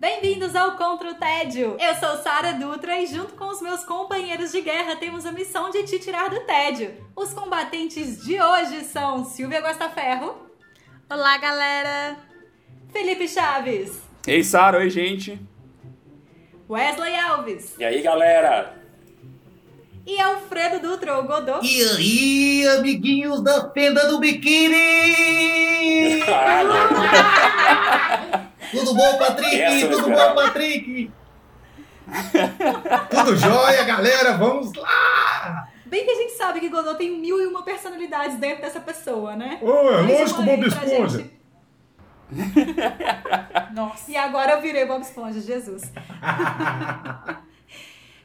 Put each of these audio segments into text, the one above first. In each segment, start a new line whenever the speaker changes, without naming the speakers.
Bem-vindos ao Contra o Tédio! Eu sou Sara Dutra e, junto com os meus companheiros de guerra, temos a missão de te tirar do tédio. Os combatentes de hoje são Silvia Gostaferro.
Olá, galera!
Felipe Chaves.
Ei, Sara, oi, gente.
Wesley Alves.
E aí, galera?
E Alfredo Dutra, o Godô.
E aí, amiguinhos da fenda do biquíni! Tudo bom, Patrick?
Essa
é
eu
Tudo bom,
esperava.
Patrick? Tudo jóia, galera? Vamos lá!
Bem que a gente sabe que Godô tem mil e uma personalidades dentro dessa pessoa, né?
Ô, é
Mais uma
lógico,
aí
Bob
pra
Esponja.
gente.
Nossa.
E agora eu virei Bob Esponja, Jesus.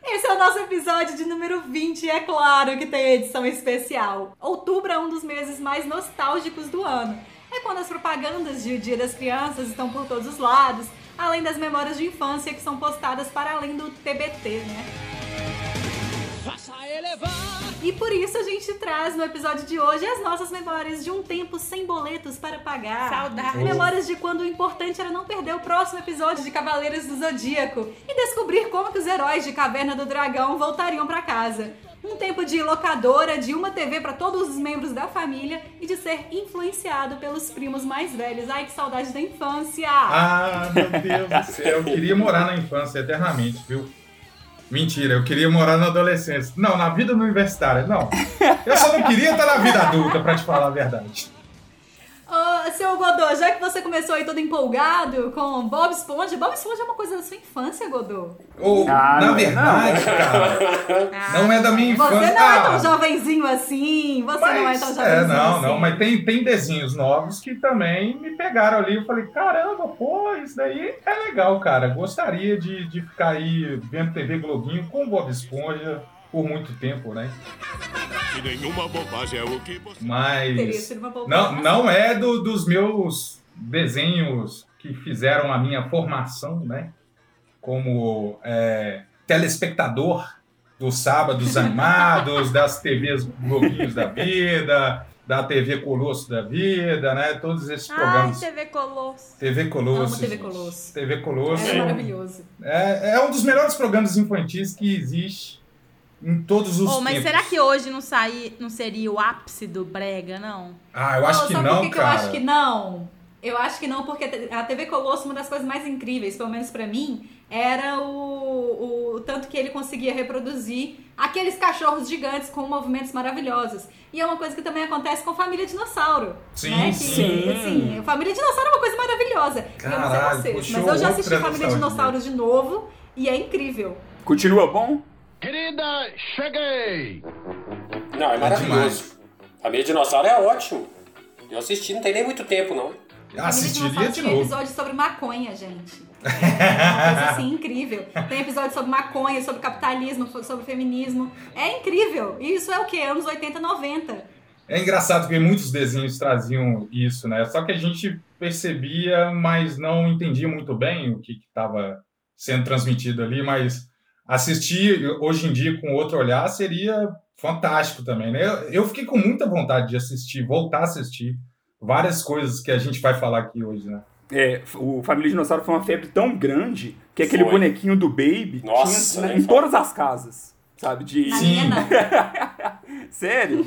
Esse é o nosso episódio de número 20 e é claro que tem edição especial. Outubro é um dos meses mais nostálgicos do ano. É quando as propagandas de O Dia das Crianças estão por todos os lados, além das memórias de infância que são postadas para além do TBT, né? E por isso a gente traz no episódio de hoje as nossas memórias de um tempo sem boletos para pagar.
Saudade.
Memórias de quando o importante era não perder o próximo episódio de Cavaleiros do Zodíaco e descobrir como que os heróis de Caverna do Dragão voltariam para casa. Um tempo de locadora, de uma TV para todos os membros da família e de ser influenciado pelos primos mais velhos. Ai, que saudade da infância!
Ah, meu Deus do céu. Eu queria morar na infância eternamente, viu? Mentira, eu queria morar na adolescência. Não, na vida universitária, não. Eu só não queria estar na vida adulta, pra te falar a verdade.
Ô, seu Godô, já que você começou aí todo empolgado com Bob Esponja, Bob Esponja é uma coisa da sua infância, Godô.
Ou,
Ah,
na
não,
verdade, cara, não é da minha
Você
infância.
não é tão
Ah,
jovenzinho assim, você não é tão
mas-
jovenzinho
é, não,
assim.
não, mas tem, tem desenhos novos que também me pegaram ali. Eu falei, caramba, pô, isso daí é legal, cara. Gostaria de, de ficar aí vendo TV Globinho com Bob Esponja por muito tempo, né?
E nenhuma bobagem é o que você.
Teria
Mas
sido uma boa
não,
coisa.
não é do- dos meus desenhos que fizeram a minha formação, né? Como é, telespectador dos sábados animados, das TVs Globinhos da Vida, da TV Colosso da Vida, né? Todos esses
Ai,
programas.
TV Colosso.
TV Colosso.
Amo TV
gente.
Colosso.
TV Colosso.
Era maravilhoso.
É, é um dos melhores programas infantis que existe em todos os
Oh, mas
tempos.
será que hoje não, sair, não seria o ápice do brega, não?
Ah, eu acho
Oh,
que
sabe
não,
por que, que eu
cara.
acho que não? Eu acho que não, porque a TV Colosso, uma das coisas mais incríveis, pelo menos pra mim, era o, o tanto que ele conseguia reproduzir aqueles cachorros gigantes com movimentos maravilhosos. E é uma coisa que também acontece com Família Dinossauro.
Sim,
né? Que,
sim.
assim, Família Dinossauro é uma coisa maravilhosa.
Caralho,
eu não sei vocês, mas
puxou
eu já assisti
outra
Família Dinossauro
nostalgia.
de novo e é incrível.
Continua bom?
Querida, cheguei!
Não, é maravilhoso. A minha dinossauro é ótimo. Eu assisti, não tem nem muito tempo, não.
Assistiria
Família Dinossauro
de
Tem
novo.
episódio sobre maconha, gente. É uma coisa assim incrível. Tem episódio sobre maconha, sobre capitalismo, fo- sobre feminismo. É incrível. E isso é o quê? Anos 80, 90.
É engraçado porque muitos desenhos traziam isso, né? Só que a gente percebia, mas não entendia muito bem o que estava sendo transmitido ali. Mas assistir hoje em dia com outro olhar seria fantástico também, né? Eu, eu fiquei com muita vontade de assistir, voltar a assistir várias coisas que a gente vai falar aqui hoje, né?
É, o Família Dinossauro foi uma febre tão grande que aquele
Foi.
bonequinho do Baby
Nossa,
tinha
né,
em
cara?
todas as casas, sabe? De...
Na
Sim.
minha, não.
Sério?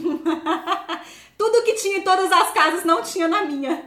Tudo que tinha em todas as casas não tinha na minha.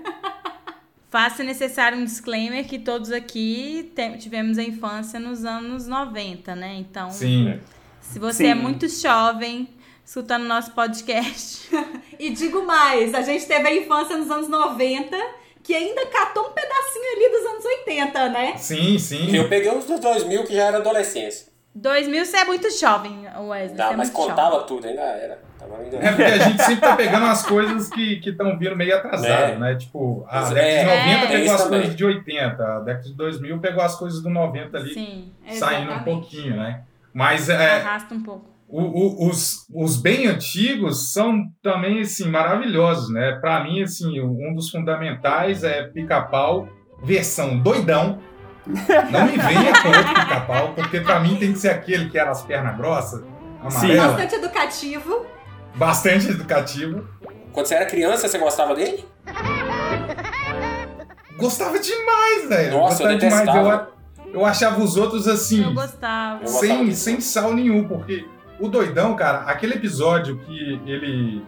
Faça necessário um disclaimer que todos aqui te- tivemos a infância nos anos 90, né? Então,
Sim.
se você
Sim.
é muito jovem, escutando nosso podcast,
E digo mais, a gente teve a infância nos anos 90, que ainda catou um pedacinho ali dos anos 80, né?
Sim,
E
sim.
eu peguei uns dos 2000 que já era adolescência.
2000 você é muito jovem, Wesley. você
Tá,
Não,
é
mas
muito
contava
jovem.
tudo, ainda era. Tava ainda...
É porque a gente sempre tá pegando as coisas que estão vindo meio atrasado,
É.
né? Tipo, a
Mas-
década de
é,
90
é,
isso
pegou as
também.
coisas de 80, a década de 2000 pegou as coisas do 90 ali,
Sim,
saindo um
Exatamente.
pouquinho, né? Mas é,
arrasta um pouco.
o- o- os, os bem antigos são também assim maravilhosos, né? Para mim assim um dos fundamentais é Pica-Pau versão doidão. Não me venha com outro Pica-Pau porque para mim tem que ser aquele que era as pernas grossas, amarela,
Bastante educativo.
bastante educativo.
Quando você era criança, você gostava dele?
Gostava demais, velho.
Nossa,
gostava
eu
demais. É, Eu,
detestava.
a- eu achava os outros assim.
Eu gostava.
Eu gostava
sem,
disso.
sem sal nenhum, porque o doidão, cara, aquele episódio que ele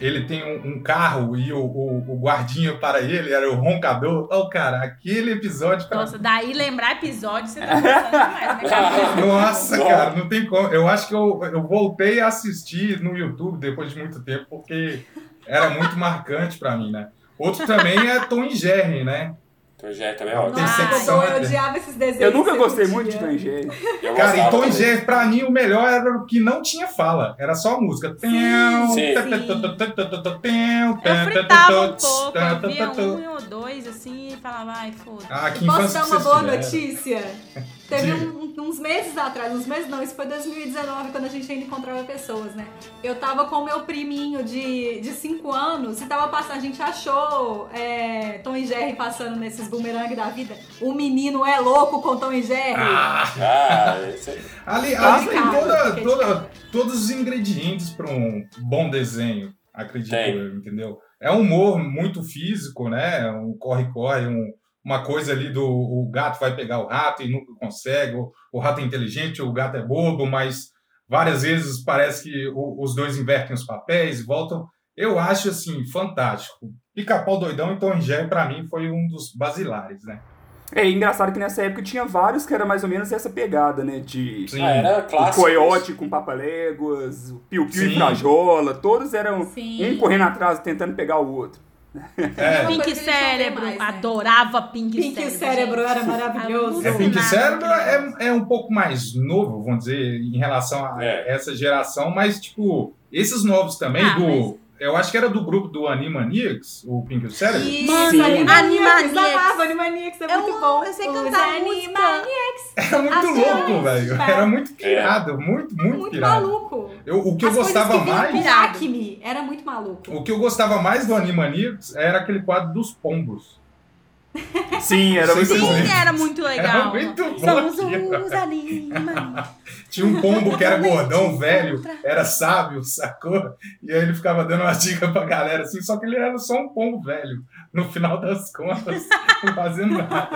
ele tem um, um carro e o, o, o guardinha para ele era o roncador. Ó, cara, aquele episódio. Cara,
Nossa, daí lembrar episódio, você tá gostando demais, né, cara?
nossa,
Nossa.
cara, não tem como. Eu acho que eu, eu voltei a assistir no YouTube depois de muito tempo, porque era muito marcante pra mim, né? Outro também é Tom e Jerry, né?
Tom e Jerry também é
Não,
ótimo.
tem
Ai,
sexo.
Dodô, eu odiava esses desenhos.
Eu nunca
que você
gostei
podia.
muito de Tom e Jerry.
Eu
Cara, então,
gostava
e Tom e
também.
Jerry, pra mim, o melhor era o que não tinha fala. Era só a música.
sim.
É,
Eu fritava um pouco, eu via um ou dois, assim, e falava, ai, foda-se.
Ah, que
Posso
infância
dar
que
uma
vocês
boa
tiveram.
notícia? Teve
Diga.
um- uns meses atrás, uns meses não, isso foi 2019, quando a gente ainda encontrava pessoas, né? Eu tava com o meu priminho de 5 anos e tava passando, a gente achou é, Tom e Jerry passando nesses bumerangue da vida. O menino é louco com Tom e Jerry.
Ah,
Ah, esse...
ali
Ah,
ali tem
cara,
toda-
fiquei
toda- todos os ingredientes pra um bom desenho, acredito
Tem.
eu, entendeu? É um humor muito físico, né? Um corre-corre, um- uma coisa ali do o gato vai pegar o rato e nunca consegue, o, o rato é inteligente, o gato é bobo, mas várias vezes parece que o- os dois invertem os papéis e voltam. Eu acho, assim, fantástico. Pica-pau doidão e Tom e Jerry, pra mim, foi um dos basilares, né?
É engraçado que nessa época tinha vários que era mais ou menos essa pegada, né? De
Sim.
ah, era
o
clássico.
coiote com papaléguas, o piu-piu e
Sim.
frajola, todos eram
tipo,
um
Sim.
correndo atrás tentando pegar o outro.
Uma coisa que a gente não
É,
Pink
vê
Cérebro,
mais, né?
adorava Pink,
Pink e o
Cérebro.
cérebro
gente.
era maravilhoso.
É Pink
Nada.
Cérebro é, é um pouco mais novo, vamos dizer, em relação a
É.
essa geração, mas, tipo, esses novos também,
Ah,
do.
mas-
Eu acho que era do grupo do Animaniacs, o Pink Cérebro.
Isso,
Sim.
Animaniacs,
Animaniacs.
amava Animaniacs, é
Eu
muito
amo,
bom.
eu sei
Os
cantar a música.
Animaniacs,
Era muito
Assim,
louco, velho.
cara.
Era muito pirado, muito, muito,
tá? muito
pirado.
maluco.
Eu- o que eu
As coisas
gostava
que vinham
mais.
com Acme, era muito maluco.
O que eu gostava mais do Animaniacs era aquele quadro dos pombos.
Sim, era muito
Sim.
bom.
Sim, era muito
Era
legal.
muito bom.
Somos
um
aquilo.
os animais.
Tinha um pombo que era gordão,
Totalmente
velho,
contra.
era sábio, sacou? E aí ele ficava dando uma dica pra galera, assim, só que ele era só um pombo velho, no final das contas, não fazendo nada.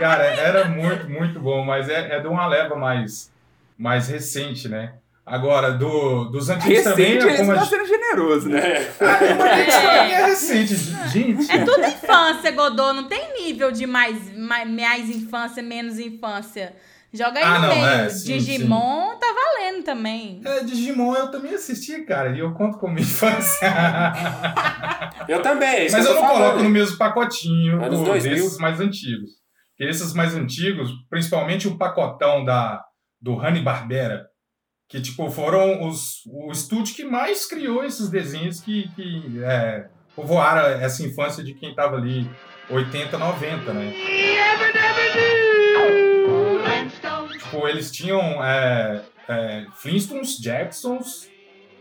Cara, era muito, muito bom, mas é, é de uma leva mais, mais recente, né? Agora, do, dos antigos também,
Recente,
é
esse
como a
tá
gente...
sendo generoso, né?
É.
Ah, Animaniacs pra mim
É.
é recente, gente.
É tudo infância, Godô. Não tem nível de mais, mais, mais infância, menos infância. Joga aí
Ah,
no
não,
meio.
é, sim,
Digimon tá valendo também.
É, Digimon eu também assisti, cara, e eu conto como infância.
Eu também, É isso
Mas
que
eu
tô
não
falando. É
coloco no mesmo pacotinho
Anos
do-
2000.
desses mais antigos. Porque esses mais antigos, principalmente o pacotão da, do Hanna Barbera, que tipo, foram os, o estúdio que mais criou esses desenhos que, que é, povoaram essa infância de quem tava ali 80, 90, né? Tipo, eles tinham é, é, Flintstones, Jacksons,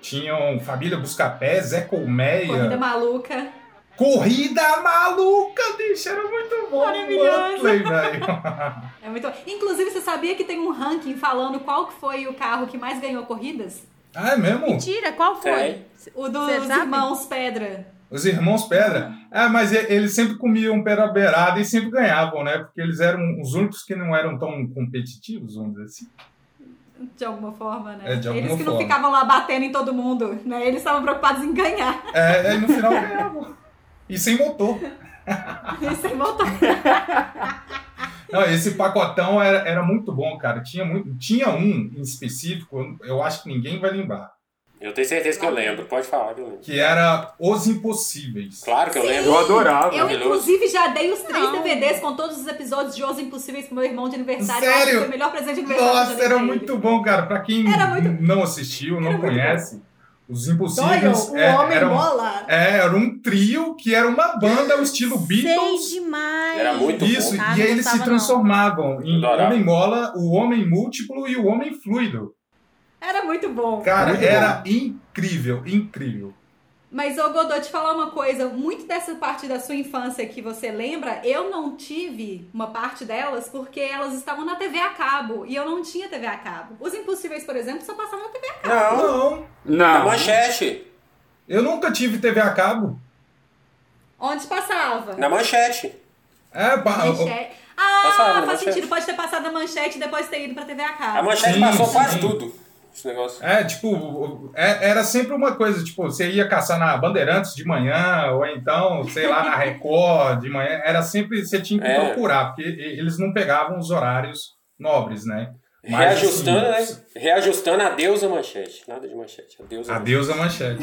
tinham Família Buscapé, Zé Colmeia.
Corrida maluca.
Corrida maluca, bicho, era muito bom.
Maravilhoso.
Muttley, velho.
É muito... Inclusive, você sabia que tem um ranking falando qual que foi o carro que mais ganhou corridas?
ah, é mesmo?
Mentira, qual foi?
Tem.
O dos
Você sabe?
irmãos Pedra.
Os irmãos Pedra. Ah, mas e- eles sempre comiam pera beirada e sempre ganhavam, né? Porque eles eram os únicos que não eram tão competitivos, vamos dizer assim.
De alguma forma, né?
É, de alguma
Eles que não
forma.
ficavam lá batendo em todo mundo, né? Eles estavam preocupados em ganhar.
É, aí no final ganhavam. E sem motor.
Isso aí voltou.
Não, esse pacotão era, era muito bom, cara. Tinha, muito, tinha um em específico, eu- eu acho que ninguém vai lembrar,
Eu tenho certeza que eu lembro. Pode falar que eu lembro.
que era Os Impossíveis.
Claro que eu lembro.
Eu adorava.
Eu,
Maravilhoso.
inclusive, já dei os três
Não.
DVDs com todos os episódios de Os Impossíveis pro meu irmão de aniversário.
Sério?
Eu acho que Foi o melhor presente de aniversário. que eu
Nossa,
já dei
era
pra ele.
muito bom, cara. Pra quem
Era muito-
não assistiu, não
muito
conhece, Os
Doyle,
Impossíveis
o
é,
homem
era, um,
mola.
é, era um trio que era uma banda ao estilo
Sei
Beatles.
demais.
Era muito
Isso,
Ah,
e
não
aí eles
gostava,
se
não.
transformavam em
Adorava.
homem mola, o homem múltiplo e o homem fluido.
Era muito bom.
Cara,
Muito
era incrível, incrível.
Mas, ô Godô, te falar uma coisa. Muito dessa parte da sua infância que você lembra, eu não tive uma parte delas porque elas estavam na TV a cabo e eu não tinha TV a cabo. Os Impossíveis, por exemplo, só passavam na TV a cabo.
Não,
Não,
na
Não.
manchete.
eu nunca tive TV a cabo.
Onde passava?
Na manchete.
É, pa-
Manchete. Ah,
Passava na
faz
manchete.
sentido. Pode ter passado a manchete e depois ter ido pra TV a cabo.
A manchete
Sim,
passou
sim.
quase tudo. Esse negócio.
é, tipo, é- era sempre uma coisa, tipo, você ia caçar na Bandeirantes de manhã, ou então, sei lá, na Record de manhã, era sempre, você tinha que
É.
procurar, porque e- eles não pegavam os horários nobres, né? Mas,
Reajustando,
assim,
né? Reajustando, adeus a manchete. Nada de manchete. Adeus a
Adeus a manchete.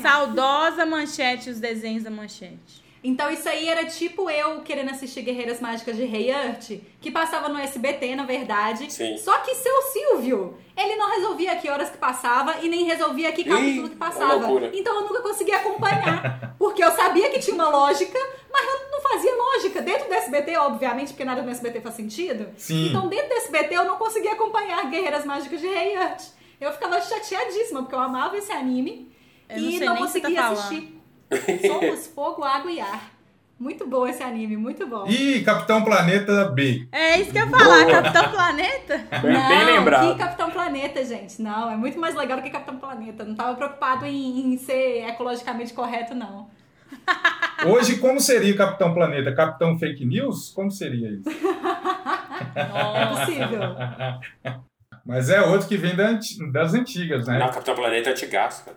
Saudosa manchete, os desenhos da manchete.
Então isso aí era tipo eu querendo assistir Guerreiras Mágicas de Rei Art, que passava no SBT, na verdade.
Sim.
Só que seu Silvio, ele não resolvia que horas que passava e nem resolvia que capítulo
Ih,
que
uma
passava.
loucura.
Então eu nunca conseguia acompanhar, porque eu sabia que tinha uma lógica, mas eu não fazia lógica. Dentro do SBT, obviamente, porque nada no SBT faz sentido.
Sim.
Então dentro do SBT eu não conseguia acompanhar Guerreiras Mágicas de Rei Art. Eu ficava chateadíssima, porque eu amava esse anime
Eu não
e
sei
não
nem o que você tá
conseguia
falando.
assistir. Somos fogo, água e ar. Muito bom esse anime, muito bom.
Ih, Capitão Planeta B.
É isso que eu ia falar, Capitão Planeta.
é Bem, bem
Não,
lembrado.
Que Capitão Planeta, gente. Não, é muito mais legal do que Capitão Planeta. Não tava preocupado em, em ser ecologicamente correto, não.
Hoje, como seria Capitão Planeta? Capitão Fake News? Como seria isso?
É possível.
Mas é outro que vem da anti- das antigas, né?
Não, Capitão Planeta é antigaço, cara.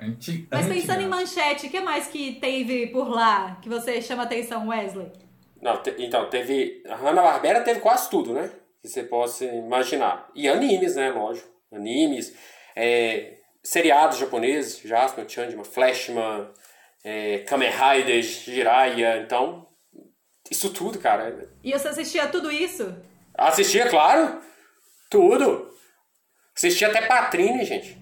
Anti-
Mas pensando
antigas.
em manchete, o que mais que teve por lá que você chama atenção, Wesley?
Não, te- então, teve. A Hanna-Barbera teve quase tudo, né? Que você possa imaginar. E animes, né? Lógico. Animes. é, seriados japoneses. Jasper, Changeman, Flashman, é, Kamen Rider, Jiraiya. Então, isso tudo, cara.
E você assistia tudo isso?
Assistia, é claro. Tudo. Assistia até Patrine, gente.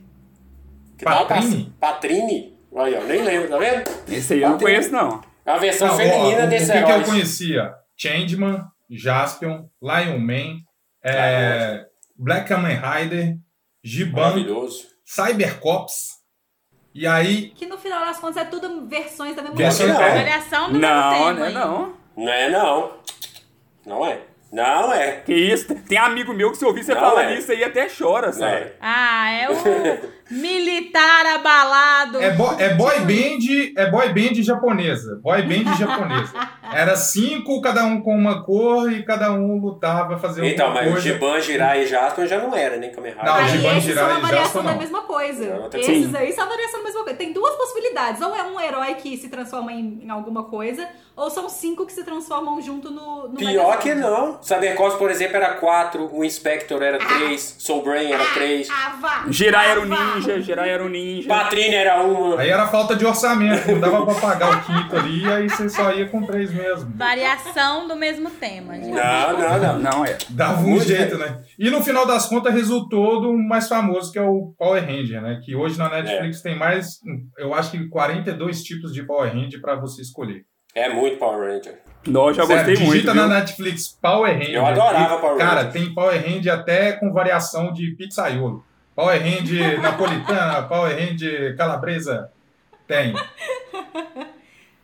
Que tava
Patrine?
pass- Patrine. Aí, ó, nem lembro, tá vendo?
Esse aí eu não
Bateu.
conheço, não.
É a versão
Não, ó,
feminina
o-
desse
O que, que eu
herói.
conhecia? Changeman, Jaspion, Lion Man, é, Black Kamen Rider, Giban,
Maravilhoso.
Cybercops. E aí,
Que no final das contas é tudo versões da mesma
Versões-
coisa.
É.
Variação do mesmo
Não,
tema.
né?
aí.
Não.
Não é, não. Não é. Não é.
Que isso? Tem amigo meu que se ouvir você
Não,
falar
é.
isso aí até chora,
Não
sabe?
é.
Ah, é o militar abalado.
é, bo- é boy band, é boy band japonesa. Boy band japonesa. Era cinco, cada um com uma cor, e cada um lutava, fazia
Então,
alguma
mas o
coisa.
Giban, Jirai e Jasper já não era, nem Kamen Rider.
Ah,
Não, o
Aí
Giban
esses são
Jiraiya
a
e Jaspion,
variação da
não.
mesma coisa.
Não, tem-
Esses
Sim.
aí são a variação da mesma coisa. Tem duas possibilidades. Ou é um herói que se transforma em, em alguma coisa, ou são cinco que se transformam junto no. no
Pior
Megazord.
que não. Cybercops, por exemplo, era 4, o Inspector era 3, Soul Brain era 3,
Ah, vá!
Girar era um
vá.
ninja, girar era um ninja.
Patrine era uma.
Aí era falta de orçamento, não dava pra pagar o quinto ali, aí você só ia com três mesmo.
Variação do mesmo tema. gente.
Não, não, não.
Não é.
Dava um
Muito
jeito, né? E no final das contas resultou do mais famoso, que é o Power Ranger, né? Que hoje na
É.
Netflix tem mais, eu acho que 42 tipos de Power Ranger pra você escolher.
É muito Power Ranger.
Não, eu já
Sério,
gostei muito.
digita
viu?
na Netflix Power Ranger.
Eu adorava Power
Cara,
Ranger.
tem Power Ranger até com variação de pizzaiolo. Power Ranger napolitana, Power Ranger calabresa. Tem.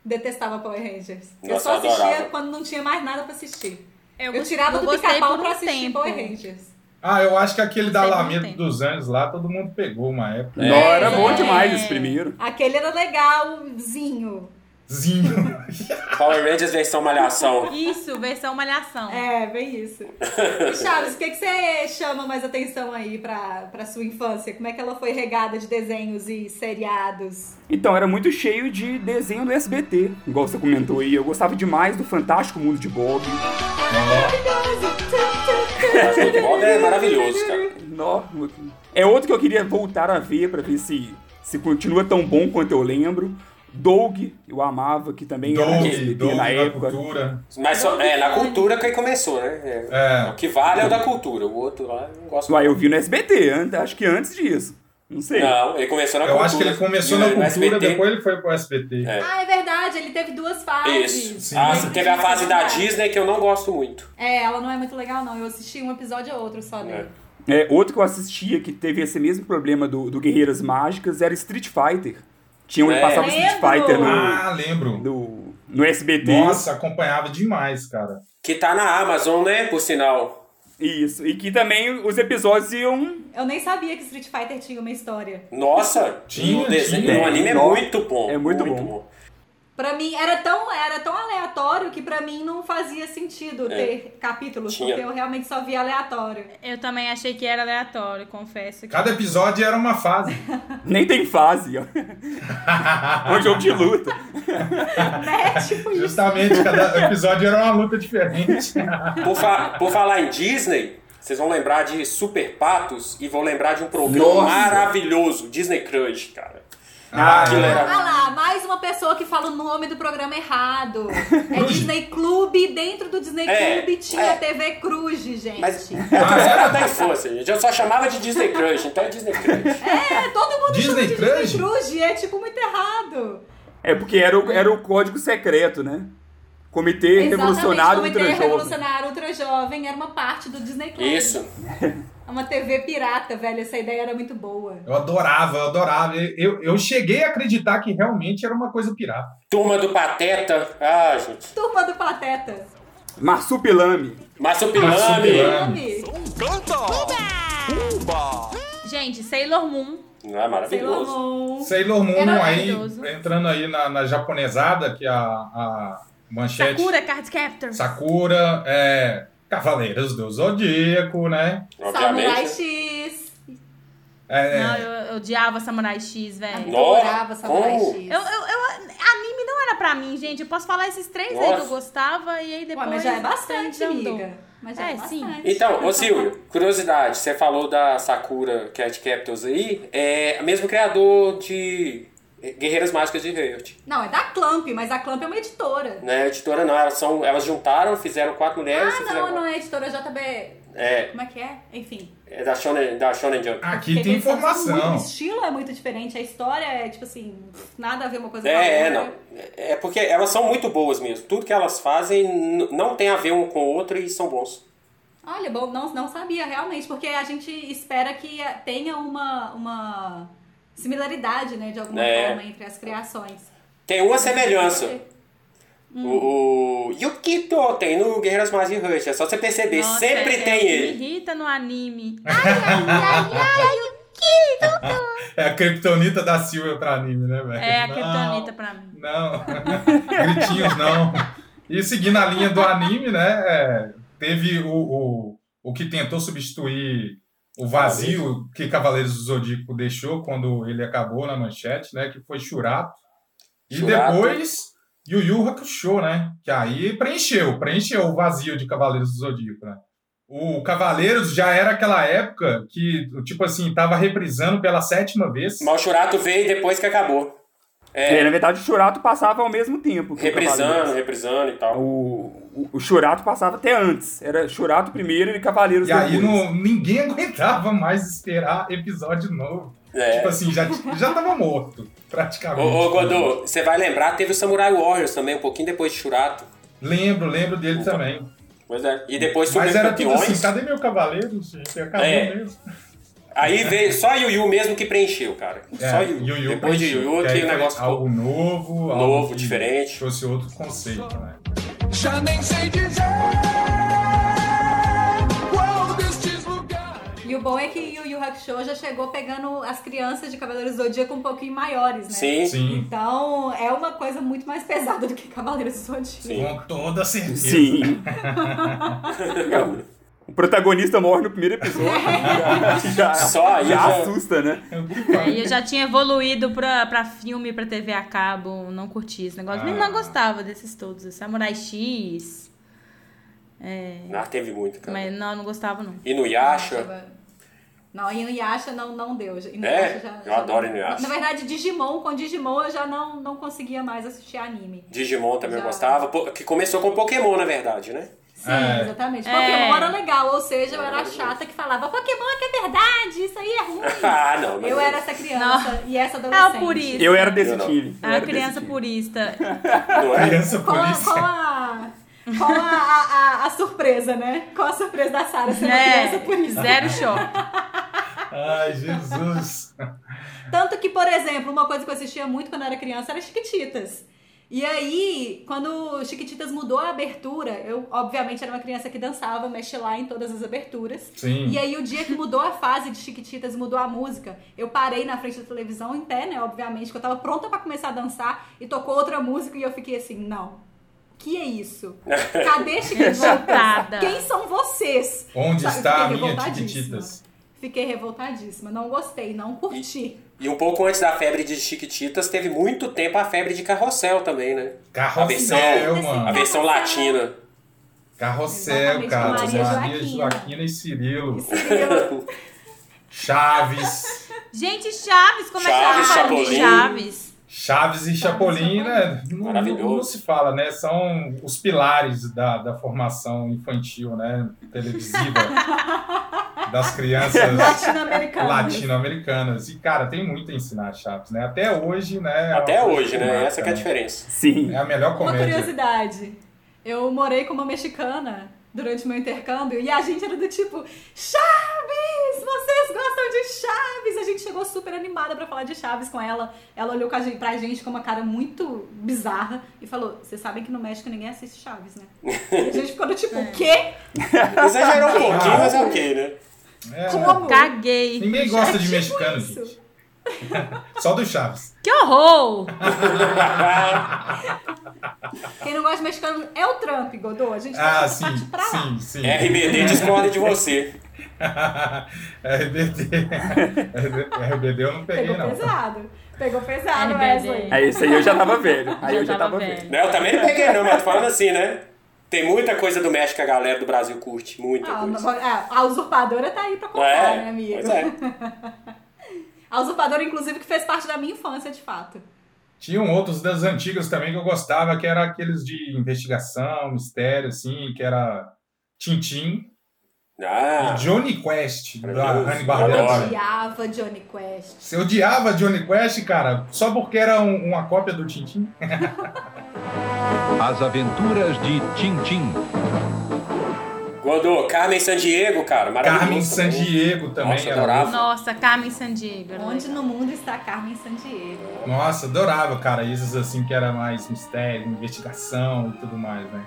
Detestava Power Rangers. eu
Nossa,
só
eu
assistia
adorava.
quando não tinha mais nada pra assistir. Eu,
gost-
tirava
eu
do
gostei
pica-pau
por um
pra assistir
tempo.
Power Rangers.
Ah, eu acho que aquele da
Sei muito
Lamento
tempo.
dos Anjos lá, todo mundo pegou uma época.
Não, era bom
É.
demais esse primeiro.
Aquele era legalzinho.
Zinho.
Power Rangers versão malhação.
Isso, versão malhação.
É, bem isso. E Chaves, o que, que você chama mais atenção aí pra, pra sua infância? Como é que ela foi regada de desenhos e seriados?
Então, era muito cheio de desenho do SBT, igual você comentou aí. Eu gostava demais do Fantástico Mundo de Bob.
Mas o Bob é maravilhoso, cara.
Nó, É outro que eu queria voltar a ver pra ver se, se continua tão bom quanto eu lembro. Doug, eu amava, né, que também era do
Doug,
SBT
Doug
na
da
época.
cultura.
Mas só- é na cultura que começou, né? É,
É.
O que vale é o da cultura. O outro lá, eu não gosto
Uai, eu vi no SBT, an- acho que antes disso. Não sei.
Não, ele começou na
Eu
cultura.
acho que ele começou
Tá E
na
no
cultura,
SBT.
depois ele foi pro SBT.
É.
Ah, é verdade, ele teve duas fases.
Isso.
Sim.
Ah, sim, teve a fase da Disney que eu não gosto muito.
É, ela não é muito legal, não. Eu assisti um episódio ou outro só dele.
É.
É, outro que eu assistia que teve esse mesmo problema do, do Guerreiras Mágicas era Street Fighter. Tinha um que
É.
passava Street
Lembro!
Fighter no,
Ah, lembro.
no, no SBT.
Nossa, acompanhava demais, cara.
Que tá na Amazon, né? Por sinal.
Isso. E que também os episódios iam.
É.
Eu nem sabia que Street Fighter tinha uma história.
Nossa,
Tinha,
no desenho,
tinha.
no anime é
Nossa.
muito bom.
É muito bom.
Pra mim era tão, era tão aleatório que pra mim não fazia sentido ter capítulos,
É. Tinha.
porque eu realmente só via aleatório.
Eu também achei que era aleatório, confesso. Que...
Cada episódio era uma fase.
Nem tem fase. ó. É um jogo de luta.
né? Tipo isso.
Justamente, cada episódio era uma luta diferente.
Por, fa- por falar em Disney, vocês vão lembrar de Super Patos e vão lembrar de um programa
Nossa.
maravilhoso, Disney Crush, cara.
Ah,
Aquilo
é.
era
Ah lá, mais uma pessoa que fala o nome do programa errado. É
Cruz.
Disney Clube, dentro do Disney
É,
Clube tinha
é.
TV Cruz, gente. É,
Mas era da infância, gente. Eu só chamava de Disney Crush, então é Disney Crush.
É, todo mundo
Disney
chama de
Cruz?
Disney Cruz e é tipo muito errado.
É porque era o, era o código secreto, né? Comitê Revolucionário
Exatamente, Comitê
Ultra Jovem.
Revolucionário Ultra Jovem era uma parte do Disney Club.
Isso.
É Uma TV pirata, velho. Essa ideia era muito boa.
Eu adorava, eu adorava. Eu, eu cheguei a acreditar que realmente era uma coisa pirata.
Turma do Pateta. Ah, gente.
Turma do Pateta.
Marsupilame.
Massupilame.
Nome?
Canta! Uba!
Gente, Sailor Moon.
Não é
Sailor
maravilhoso?
Moon.
Sailor Moon
Era
aí,
maravilhoso.
entrando aí na, na japonesada, que a, a manchete
Sakura tá Card Captor.
Sakura, é, Cavaleiros do Zodíaco, né?
Samurai
Obviamente.
X.
É,
Não, eu, eu odiava Samurai X, velho.
Adorava Samurai
como?
X.
É. Eu, eu, eu- anime não era pra mim, gente. Eu posso falar esses três aí que eu
Nossa.
gostava e aí
Ué,
depois. então
mas já é bastante,
desandou.
amiga. Mas já é,
É, sim.
bastante.
Então, ô Silvio, curiosidade, você falou da Sakura Cat Captors aí, é o mesmo criador de Guerreiras Mágicas de Heart.
Não, é da Clamp, mas a Clamp é uma editora.
Não é editora não, elas, são, elas juntaram, fizeram quatro mulheres
Ah,
e
não,
fizeram...
não é editora JB.
É,
Como é que é? Enfim.
é da Shonen, da Shonen Jump.
aqui
Porque
tem
eles são muito- O
informação.
estilo é muito diferente, a história é, tipo assim, nada a ver uma coisa com a
É, é,
outra.
não. É é porque elas são muito boas mesmo. Tudo que elas fazem n- não tem a ver um com o outro e são bons.
Olha, bom, não, não sabia realmente, porque a gente espera que tenha uma, uma similaridade, né, de alguma
É.
forma entre as criações.
Tem uma semelhança. O, o Yukito tem no Guerreiras Mágicas de Rush. É só você perceber.
Nossa,
Sempre
é,
tem
é, Me
ele.
irrita no anime.
É a Kryptonita da Silvia pra anime, né, velho?
É a
Não,
criptonita pra mim.
Não, gritinhos não. E seguindo a linha do anime, né? é, Teve o, o, o que tentou substituir o vazio que Cavaleiros do Zodíaco deixou quando ele acabou na manchete, né? Que foi Churato. E
Churato.
depois Yu Yu Hakusho, né? Que aí preencheu, preencheu o vazio de Cavaleiros do Zodíaco, né? O Cavaleiros já era aquela época que, tipo assim, tava reprisando pela sétima vez.
Mas o Shurato veio depois que acabou.
É, na verdade, o Churato passava ao mesmo tempo. que o
Reprisando,
Cavaleiros.
reprisando e tal.
O, o, o Churato passava até antes. Era Churato primeiro e Cavaleiros
E aí
depois.
não, ninguém aguentava mais esperar episódio novo.
É.
Tipo assim, já, já tava morto,
Ô,
praticamente.
ô Godô, você vai lembrar, teve o Samurai Warriors também, um pouquinho depois de Shurato.
Lembro, lembro dele também.
Pois é. E depois
Mas
subiu
era tudo
campeões.
assim, cadê meu cavaleiro, gente? Acabou
É.
mesmo.
Aí veio só Yu Yu mesmo que preencheu, cara. só Yu Yu.
É. Yu-Yu
Depois de
preencheu,
Yu Yu
aí
que o
foi
negócio ficou.
Algo novo, algo
Novo,
que
diferente.
Trouxe outro conceito, né?
Já nem sei dizer qual destes lugares.
E o bom é que Yu Yu Hakusho já chegou pegando as crianças de Cavaleiros do Zodíaco um pouquinho maiores, né?
Sim.
Sim,
Então, é uma coisa muito mais pesada do que Cavaleiros do Zodíaco.
Sim.
com toda certeza.
Sim. o protagonista morre no primeiro episódio. já,
Só aí
já
já-
assusta, né?
Aí eu já tinha evoluído pra, pra filme, pra TV a cabo, não curti esse negócio. Nem
Ah.
não gostava desses todos. assim, Samurai X. é,
Ah, teve muito, cara.
Mas não, não gostava, não.
E no Yasha.
Não, Inuyasha não, não deu. Inuyasha
É?
já,
Eu
já
adoro
não-
Inuyasha.
Na verdade, Digimon, com Digimon eu já não, não conseguia mais assistir anime.
Digimon também eu
Já.
gostava, po- que começou com Pokémon, na verdade, né?
Sim,
É.
exatamente.
É.
Pokémon era legal, ou seja, eu
É.
era a chata que falava Pokémon é que é verdade, isso aí é ruim.
ah, não. mas-
eu era essa criança e essa
Ah,
adolescente.
o purista.
Eu era desse
Eu não.
time. Eu
A
era
Ah, criança
desse time.
purista.
Não é?
Criança
Com a,
polícia.
com a, com a, a- a- a surpresa, né? Com a surpresa da Sarah sendo
É.
criança por isso.
Né? zero choque.
Ai, Jesus.
Tanto que, por exemplo, uma coisa que eu assistia muito quando eu era criança era Chiquititas. E aí, quando Chiquititas mudou a abertura, eu obviamente era uma criança que dançava, mexe lá em todas as aberturas.
Sim.
E aí, o dia que mudou a fase de Chiquititas, mudou a música, eu parei na frente da televisão em pé, né? Obviamente, que eu tava pronta pra começar a dançar e tocou outra música e eu fiquei assim, não. Que é isso? Cadê
Revoltada.
Chiquititas? Quem são vocês?
Onde
Sabe,
está a
fiquei
minha
revoltadíssima.
Tiquititas?
Fiquei revoltadíssima, não gostei, não curti.
E um pouco antes da febre de Chiquititas, teve muito tempo a febre de Carrossel também, né? A versão-
Carrossel,
A
mano.
versão latina.
Carrossel,
Exatamente,
cara.
com Maria
Maria
Joaquina.
Joaquina e Cirilo.
Entendeu?
Chaves.
Gente, Chaves, como
Chaves,
é que ela fala de
Chapolin.
Chaves?
Chaves e Chapolin, né? Não,
Maravilhoso.
não se fala, né? São os pilares da, da formação infantil, né? Televisiva das crianças
Latino-americano.
latino-americanas. E, cara, tem muito a ensinar Chaves, né? Até hoje, né?
Até
É uma
hoje, né?
marca,
Essa que é a diferença.
Sim.
É a melhor
Uma
comédia.
curiosidade. Eu morei com uma mexicana durante meu intercâmbio e a gente era do tipo, Chaves, vocês gostam de Chaves? A gente chegou super animada pra falar de Chaves com ela. Ela olhou com a gente- pra gente com uma cara muito bizarra e falou: Vocês sabem que no México ninguém assiste Chaves, né? E a gente ficou do tipo, o quê?
Exagerou um pouquinho, mas é ok, né?
É, né?
Como?
Caguei.
Ninguém gosta de
tipo
mexicano,
isso.
gente. Só do Chaves.
Que horror!
Quem não gosta de mexicano é o Trump, Godô. A gente tá
Ah,
essa
sim,
parte pra lá.
sim, sim.
RBD discorda de você.
RBD. RBD eu não peguei,
Pegou
não.
pesado. Pegou pesado,
LBD.
Wesley. Ah,
Aí esse aí eu já tava velho. Aí
Já
eu já tava
tava velho.
velho.
Não, Né, eu também não peguei, não, mas tô falando assim, né? Tem muita coisa do México que a galera do Brasil curte. Muita
Ah,
coisa.
a- a usurpadora tá aí pra contar,
é,
né, amigo?
pois é.
A usurpadora, inclusive, que fez parte da minha infância, de fato.
Tinham outros das antigas também que eu gostava, que era aqueles de investigação, mistério, assim, que era Tintim
Ah,
e Johnny Quest, da
Maravilhoso.
Anne
Adoro.
Eu
Barbera.
odiava Johnny Quest.
Você odiava Johnny Quest, cara, só porque era um- uma cópia do Tintim?
As aventuras de Tintim.
Godô, Carmen Sandiego, cara, maravilhoso.
Carmen Sandiego também.
Nossa,
era
adorava.
Nossa, Carmen Sandiego. era
Onde
legal.
no mundo está Carmen Sandiego?
Nossa, adorava, cara, esses assim que era mais mistério, investigação e tudo mais, né?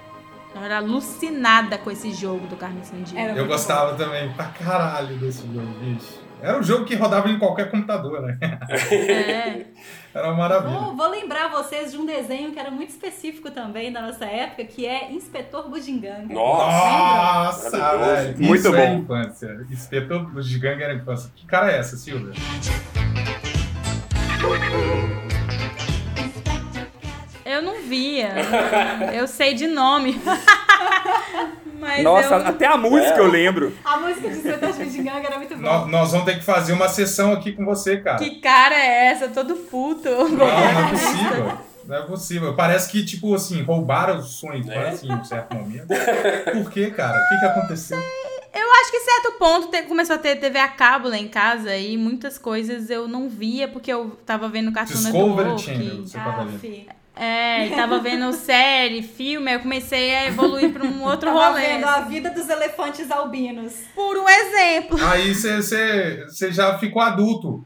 Eu era alucinada com esse jogo do Carmen Sandiego.
Era-
Eu gostava também pra caralho desse jogo, bicho. Era um jogo que rodava em qualquer computador, né?
É.
Era uma maravilha.
Vou, vou lembrar vocês de um desenho que era muito específico também da nossa época, que é Inspetor Bugiganga.
Nossa.
Nossa,
Maravilhoso.
velho.
Muito
Isso É
bom.
infância. Espetou do gigante era infância. Que cara é essa, Silvia?
Eu não via. Eu sei de nome. Mas
Nossa,
eu...
até a música
É.
eu lembro.
A música de Inspetor Bugiganga era muito
Nó-
boa.
nós vamos ter que fazer uma sessão aqui com você, cara.
Que cara é essa? Todo puto.
Não, não é possível. Não é possível. Parece que, tipo assim, roubaram sua infância em um certo momento. Por quê, cara? O que, que aconteceu?
Eu acho que em certo ponto te- começou a ter TV a cabo lá em casa e muitas coisas eu não via porque eu tava vendo Cartoon
Discovery
Network. Ah,
Channel, você tá vendo.
Aff,
É, e tava vendo série, filme, aí eu comecei a evoluir pra um outro
tava
rolê.
vendo a vida dos elefantes albinos.
Por um exemplo.
Aí você já ficou adulto.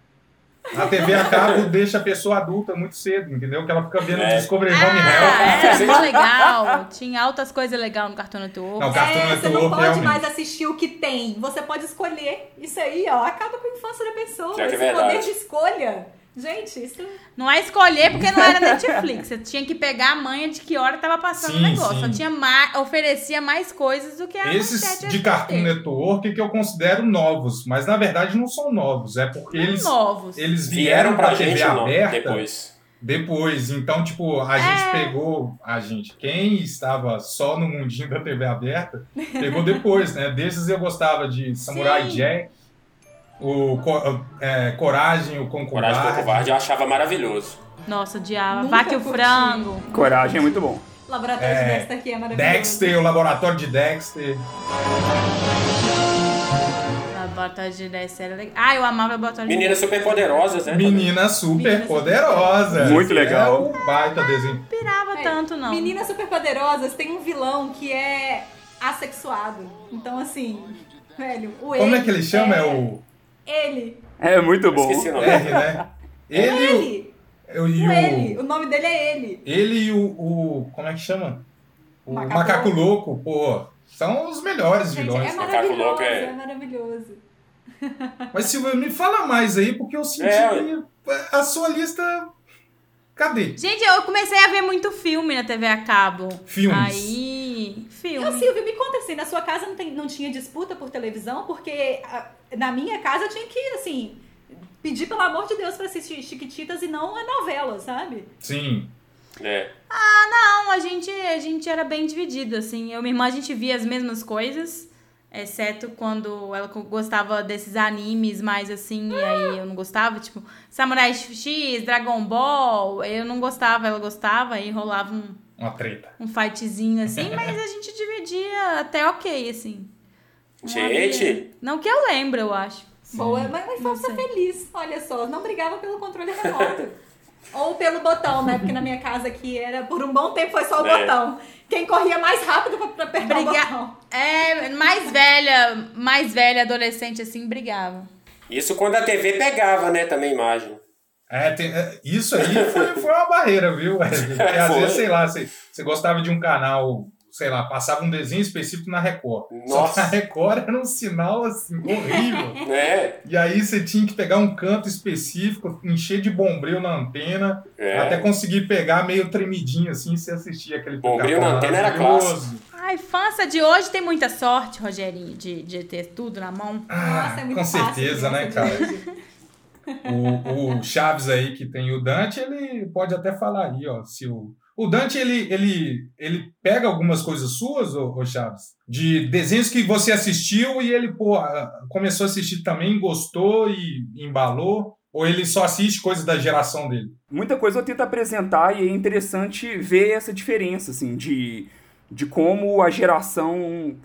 A TV a cabo deixa a pessoa adulta muito cedo, entendeu? Que ela fica vendo
É.
Discovery Home Health.
Ah, era muito legal. Tinha altas coisas legais no Cartoon
Não,
Network.
Cartoon
é, você não
Network
pode
realmente.
mais assistir o que tem. Você pode escolher. Isso aí, ó, acaba com a infância da pessoa.
Pior que é
Esse
verdade.
poder de escolha. Gente, isso
Não é escolher porque não era Netflix. Você tinha que pegar a manha de que hora tava passando o
Sim,
negócio.
sim.
Só tinha mais, oferecia mais coisas do que a
Esses
manchete
de
SBT.
Cartoon né? Network que eu considero novos, mas na verdade não são novos, é porque
Não
eles,
novos.
eles
Vieram pra gente
TV
não,
aberta
depois.
depois. Então, tipo, a gente pegou, a gente, quem estava só no mundinho da TV aberta, pegou depois, né? Desses eu gostava de Samurai
Sim.
Jack, o Co- é, Coragem,
Coragem
o
do
Concordo.
Covarde eu achava maravilhoso.
Nossa, odiava.
Nunca
Vaca e o
curti.
frango.
Coragem é muito bom.
Laboratório
É,
de Dexter aqui é maravilhoso.
Dexter, o laboratório de Dexter.
É,
Laboratório de ideias era legal. Ah, eu amava laboratório de
Meninas super poderosas, né? também.
Menina super
Menina
poderosa.
tá Muito legal.
É um baita desenho.
pirava gostava tanto, não.
Meninas Superpoderosas tem um vilão que é assexuado. Então, assim, velho, o
Como é que ele chama? É o
Ele.
É muito bom.
Esqueci o nome.
R, né? Ele,
Ele.
e o, e
O
o-
ele. O nome dele é ele.
ele e o, o- Como é que chama? O
Macaco
Macaco, Louco, pô. São os melhores
Gente,
vilões.
é
Macaco
maravilhoso,
Louco é-
é maravilhoso.
Mas Silvio, me fala mais aí, porque eu senti
É,
que a sua lista. Cadê?
Gente, eu comecei a ver muito filme na TV a cabo.
Filmes.
Aí,
Eu,
filme.
Silvio, me conta assim, na sua casa não, tem- não tinha disputa por televisão? Porque ah, na minha casa eu tinha que, assim, pedir pelo amor de Deus pra assistir Chiquititas e não a novela, sabe?
Sim.
É.
Não, a gente, a gente era bem dividido, assim. Eu e minha irmã, a gente via as mesmas coisas, exceto quando ela co- gostava desses animes mais assim, e aí eu não gostava, tipo, Samurai X, Dragon Ball, eu não gostava, ela gostava, aí rolava um,
Uma treta.
um fightzinho assim, mas a gente dividia até ok, assim. Não
Gente.
havia- Não que eu lembro, eu acho.
Boa, mas uma infância
Não
feliz, olha só. Não brigava pelo controle remoto. Ou pelo botão, né? Porque na minha casa aqui era, por um bom tempo foi só o
É.
botão. Quem corria mais rápido pra, pra apertar
Briga-
o botão.
É, mais velha, mais velha, adolescente, assim, brigava.
Isso quando a TV pegava, né, também a imagem.
É, tem- é, isso aí foi, foi uma barreira, viu? Porque às
É, Foi.
vezes, sei lá, você, você gostava de um canal, sei lá, passava um desenho específico na Record. Só que
Nossa.
na Record era um sinal assim, horrível.
Né?
E aí você tinha que pegar um canto específico, encher de bombril na antena,
É.
até conseguir pegar meio tremidinho assim, você assistia aquele
Bombril na antena era
maravilhoso.
A infância de hoje tem muita sorte, Rogerinho, de, de ter tudo na mão.
Ah,
Nossa, é muito
com
fácil, criança
certeza, né,
de
cara?
hoje.
O, o Chaves aí que tem o Dante, ele pode até falar aí, ó, se o o Dante ele ele ele pega algumas coisas suas, ô, ô Chaves, de desenhos que você assistiu e ele pô, ah, começou a assistir também, gostou e embalou, ou ele só assiste coisas da geração dele.
muita coisa eu tento apresentar e é interessante ver essa diferença, assim, de, de como a geração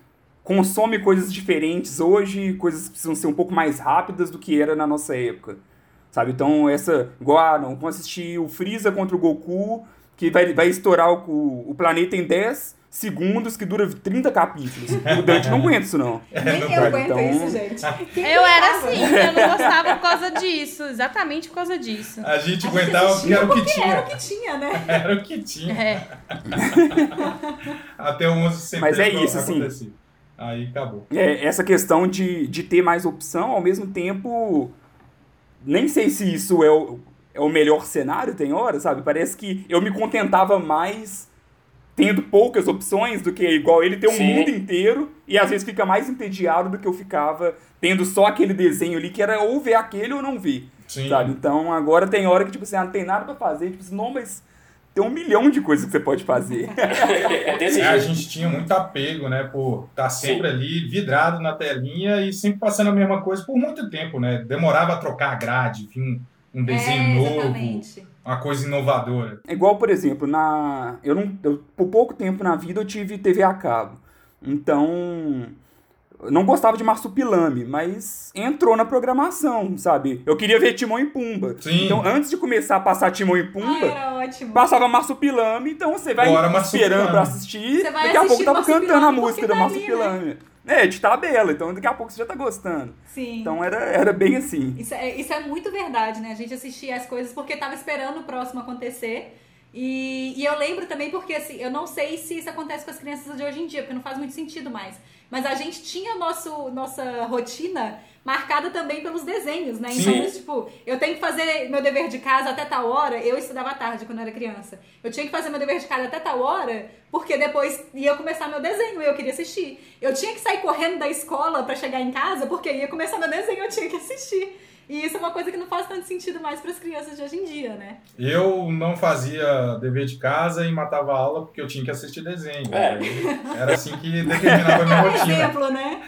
consome coisas diferentes hoje, coisas que precisam ser um pouco mais rápidas do que era na nossa época. Sabe? Então, essa. Igual, ah, não, vamos assistir o Freeza contra o Goku, que vai, vai estourar o- o, o planeta em 10 segundos, que dura 30 capítulos. O Dante não aguenta isso, não.
Nem
não
eu
vai,
aguento
então.
isso,
ah,
gente. Quem
Eu era
aguentava?
assim, eu não gostava por causa disso, exatamente por causa disso.
A gente
A gente
aguentava porque
assistia
era o que
Era o que
tinha.
tinha, né?
Era o que tinha.
É.
Até o 11 de setembro
Mas é isso, assim.
acontecia. Aí acabou.
É, essa questão de, de ter mais opção, ao mesmo tempo, nem sei se isso é o, é o melhor cenário, tem hora, sabe? Parece que eu me contentava mais tendo poucas opções do que igual ele ter um
Sim.
mundo inteiro e às vezes fica mais entediado do que eu ficava tendo só aquele desenho ali que era ou ver aquele ou não ver,
Sim.
sabe? Então agora tem hora que tipo assim, ah, não tem nada pra fazer, tipo assim, não, mas tem um milhão de coisas que você pode fazer.
É desse
É, a
jeito.
gente tinha muito apego, né, por estar sempre ali vidrado na telinha e sempre passando a mesma coisa por muito tempo, né? Demorava a trocar a grade, vinha um, um desenho
é,
novo,
exatamente.
uma coisa inovadora.
É igual, por exemplo, na. Eu não. eu- por pouco tempo na vida eu tive TV a cabo. Então. eu não gostava de Marsupilame, mas entrou na programação, sabe? Eu queria ver Timão e Pumba.
Sim.
Então, antes de começar a passar Timão e
Ah,
Pumba,
era ótimo.
passava Marsupilame, então você vai
Bora, Marsupilame.
esperando pra assistir.
Você vai
daqui a pouco
assistir
tava cantando a
Marsupilame
música
porque
do
tá ali, né?
Marsupilame. É, de tabela, então daqui a pouco você já tá gostando.
Sim.
Então era, era bem assim.
Isso é, isso é muito verdade, né? A gente assistia as coisas porque tava esperando o próximo acontecer. E, e eu lembro também porque, assim, eu não sei se isso acontece com as crianças de hoje em dia, porque não faz muito sentido mais. Mas a gente tinha nosso, nossa rotina marcada também pelos desenhos, né?
Sim.
Então, tipo, eu tenho que fazer meu dever de casa até tal hora. Eu estudava à tarde quando era criança. Eu tinha que fazer meu dever de casa até tal hora, porque depois ia começar meu desenho e eu queria assistir. Eu tinha que sair correndo da escola pra chegar em casa, porque ia começar meu desenho e eu tinha que assistir. E isso é uma coisa que não faz tanto sentido mais pras crianças de hoje em dia, né?
Eu não fazia dever de casa e matava a aula porque eu tinha que assistir desenho.
É.
Aí Era assim que determinava a
É
minha
um
rotina.
exemplo, né?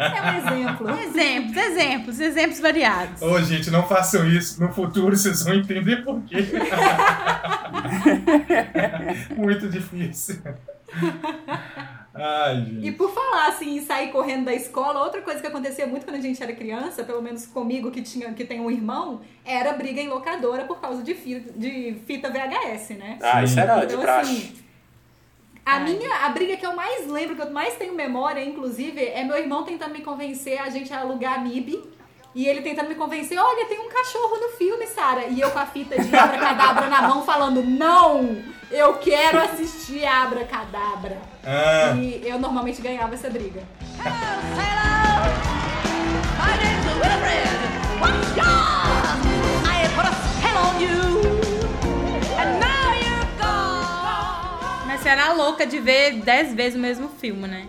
É um exemplo.
Exemplos, exemplos, exemplos variados.
Ô, gente, não façam isso. No futuro vocês vão entender por quê. muito difícil. Ai, gente.
E por falar assim, em sair correndo da escola, outra coisa que acontecia muito quando a gente era criança, pelo menos comigo que tinha que tem um irmão, era briga em locadora por causa de fita, de fita VHS, né?
Ah, isso era de
Então,
praxe.
assim, a minha a briga que eu mais lembro, que eu mais tenho memória, inclusive, é meu irmão tentando me convencer a gente a alugar a MIB. E ele tentando me convencer, olha, tem um cachorro no filme, Sara. E eu com a fita de Abra Cadabra na mão falando, não, eu quero assistir Abra Cadabra.
Ah,
E eu normalmente ganhava essa briga.
Mas você era louca de ver dez vezes o mesmo filme, né?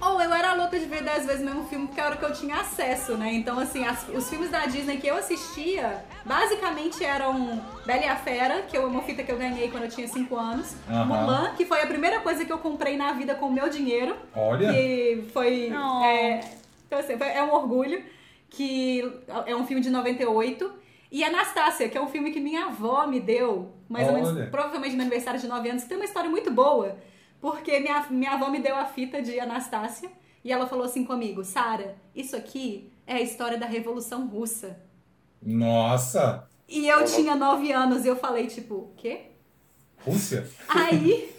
Ou eu era louca de ver dez vezes o mesmo filme, porque era o que eu tinha acesso, né? Então, assim, as- os filmes da Disney que eu assistia, basicamente eram Bela e a Fera, que é uma fita que eu ganhei quando eu tinha 5 anos.
Aham.
Mulan, que foi a primeira coisa que eu comprei na vida com o meu dinheiro.
olha.
Que foi...
Oh.
É, então, assim, foi- é um orgulho. Que é um filme de 98. E Anastácia, que é um filme que minha avó me deu, mais ou
Olha.
menos, provavelmente no meu aniversário de 9 anos, que tem uma história muito boa. Porque minha, minha avó me deu a fita de Anastácia e ela falou assim comigo, Sara, isso aqui é a história da Revolução Russa.
Nossa.
E eu tinha 9 anos e eu falei, tipo, quê?
Rússia?
Aí,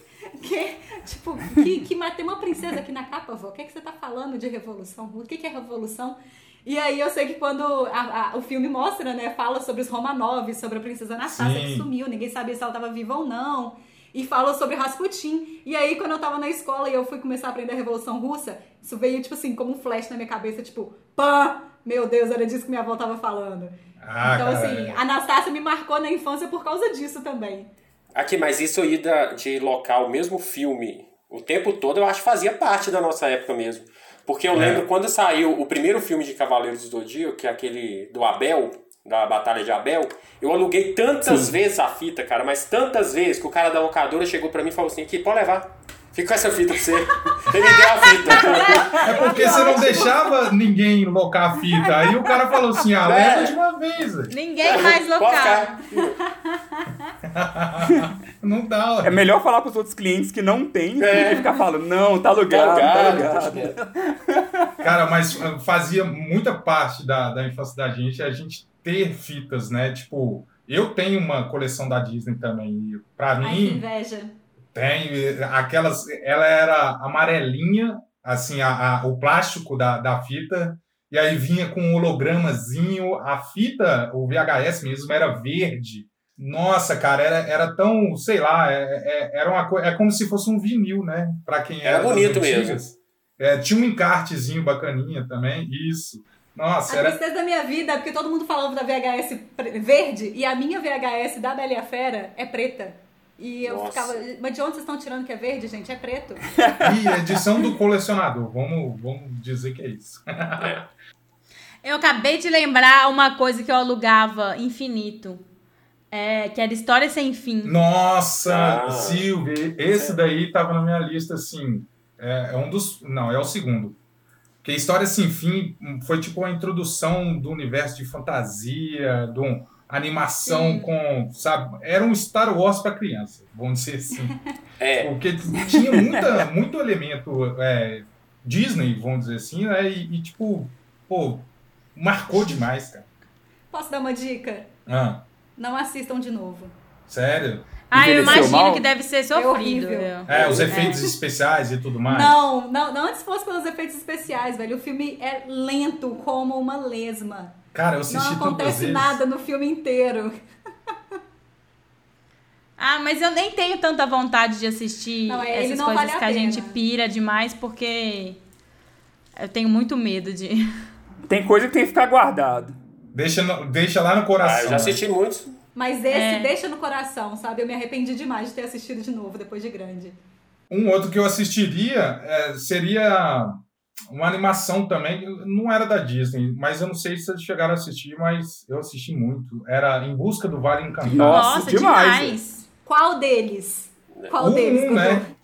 que, tipo, que, que matei uma princesa aqui na capa, vó. O que, é que você tá falando de revolução? O que, que é revolução? E aí eu sei que quando a- a- o filme mostra, né, fala sobre os Romanovs, sobre a princesa Anastácia que
Sim.
sumiu, ninguém sabia se ela tava viva ou não. E fala sobre Rasputin. E aí, quando eu tava na escola e eu fui começar a aprender a Revolução Russa, isso veio, tipo assim, como um flash na minha cabeça, tipo, pã! Meu Deus, era disso que minha avó tava falando.
Ah,
então,
cara.
assim, a Anastácia me marcou na infância por causa disso também.
Aqui, mas isso aí da- de local, o mesmo filme, o tempo todo, eu acho que fazia parte da nossa época mesmo. Porque eu lembro quando saiu o primeiro filme de Cavaleiros do Zodíaco, que é aquele do Abel, da Batalha de Abel, eu aluguei tantas vezes a fita, cara, mas tantas vezes que o cara da locadora chegou pra mim e falou assim: aqui, pode levar. Fica com essa fita pra você. Ele me deu a fita.
É porque você não deixava ninguém locar a fita. Aí o cara falou assim: ah, leva de uma vez. velho.
Ninguém mais local.
ficar.
Não dá,
É
ué.
melhor falar pros outros clientes que não tem
É.
e ficar falando, não, tá alugado, tá
Tá
alugado.
ligado?
Cara, mas eh, fazia muita parte da, da infância da gente a gente ter fitas, né? Tipo, eu tenho uma coleção da Disney também. e Pra
Ai, que
mim,
inveja.
tem eh, aquelas. Ela era amarelinha, assim, a, a- o plástico da, da fita. E aí vinha com um hologramazinho. A fita, o VHS mesmo, era verde. Nossa, cara, era, era tão, sei lá, é, é- era uma coisa. É como se fosse um vinil, né? Pra quem
Era
era. das
bonito
antigas.
mesmo.
É, tinha um encartezinho bacaninha também. Isso. Nossa,
A
era.
tristeza da minha vida é porque todo mundo falava da VHS pre- verde e a minha VHS da Bela e a Fera é preta. E eu
Nossa.
ficava, mas de onde vocês estão tirando que é verde, gente? É preto.
E edição do colecionador. Vamos, vamos dizer que é isso.
Eu acabei de lembrar uma coisa que eu alugava infinito. É, que era História Sem Fim.
Nossa,
Ah.
Silvio, esse daí tava na minha lista, assim. É, é um dos. Não, é o segundo. Porque História Sem Fim foi tipo uma introdução do universo de fantasia, de uma animação com. Sabe? Era um Star Wars pra criança, vamos dizer assim.
É,
Porque tinha muita, muito elemento é, Disney, vamos dizer assim, né? E, e, tipo, pô, marcou demais, cara.
Posso dar uma dica?
Ah,
Não assistam de novo.
sério?
Ah, eu
Envelheceu
imagino
mal?
que deve ser sofrido.
É horrível.
viu?
É, os efeitos especiais e tudo mais.
Não, não, não antes fosse pelos efeitos especiais, velho. O filme é lento como uma lesma.
Cara,
Não
eu assisti tantas
acontece
vezes.
nada no filme inteiro.
Ah, mas eu nem tenho tanta vontade de assistir
Não, é, ele
essas
não
coisas
vale a
que a
pena.
gente pira demais, porque eu tenho muito medo de.
Tem coisa que tem que ficar guardado.
Deixa, no- deixa lá no coração.
ah, eu já assisti muitos.
Mas esse
É.
deixa no coração, sabe? Eu me arrependi demais de ter assistido de novo depois de grande.
Um outro que eu assistiria é, seria uma animação também, não era da Disney, mas eu não sei se vocês chegaram a assistir, mas eu assisti muito. Era Em Busca do Vale Encantado.
Nossa, demais,
Qual deles? Qual
Um,
deles?
um,
Dudu?
né? Um.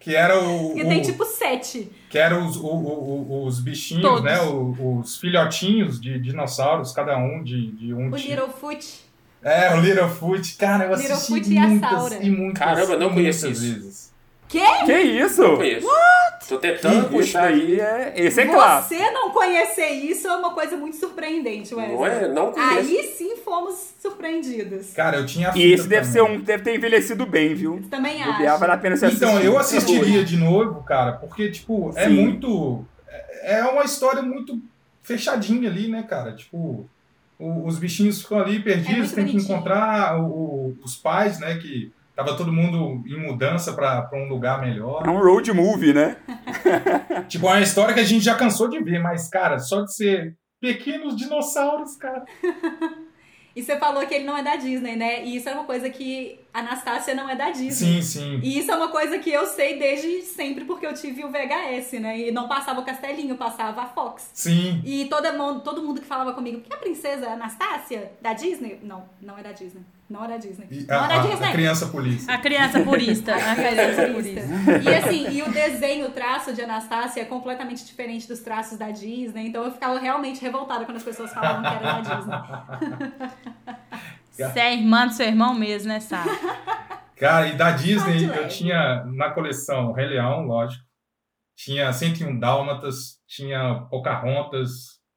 Que era o.
Porque
o-
tem tipo sete.
Que eram os, o- o- o- os bichinhos,
Todos.
né? O- os filhotinhos de dinossauros, cada um de, de um
O
tipo.
Littlefoot.
É, o Littlefoot. Cara, eu
Littlefoot
assisti
e a
muitas
Saura.
e muitas
Caramba, eu não
e
conheço
muitas
isso.
vezes.
Que isso?
Conheço. Tô tentando
Esse
puxar
aí
aí.
é. Esse é clássico.
Você não conhecer isso é uma coisa muito surpreendente, Wesley.
Não é? Não conheço.
Aí sim fomos surpreendidos.
Cara, eu tinha
E
a fita
esse deve ser
também.
um que deve ter envelhecido bem, viu?
Também
O BA
acho.
vale a pena você assistir.
Então, eu
Hoje.
assistiria de novo, cara, porque, tipo, é
Sim.
muito. É uma história muito fechadinha ali, né, cara? Tipo, o- os bichinhos ficam
É
ali perdidos,
muito
tem que
bonitinho.
encontrar o- o- os pais, né? Que tava todo mundo em mudança pra pra um lugar melhor.
É um road movie, né?
Tipo, é uma história que a gente já cansou de ver, mas, cara, só de ser pequenos dinossauros, cara.
E você falou que ele não é da Disney, né? E isso é uma coisa que Anastácia não é da Disney.
Sim, sim.
E isso é uma coisa que eu sei desde sempre, porque eu tive o VHS, né? E não passava o Castelinho, passava a Fox.
Sim.
E todo mundo, todo mundo que falava comigo, que é a princesa Anastácia? Da Disney? Não, não é da Disney. Não é da Disney.
E
Não
a,
é da
a- a
Disney.
criança polícia.
A criança purista. A criança purista.
E assim, e o desenho, o traço de Anastácia é completamente diferente dos traços da Disney, então eu ficava realmente revoltada quando as pessoas falavam que era da Disney.
Você é irmã do seu irmão mesmo, né, Sá?
Cara, e da
Só de
Disney eu
leve.
tinha na coleção Rei Leão, lógico. Tinha 101 Dálmatas, tinha Pocahontas,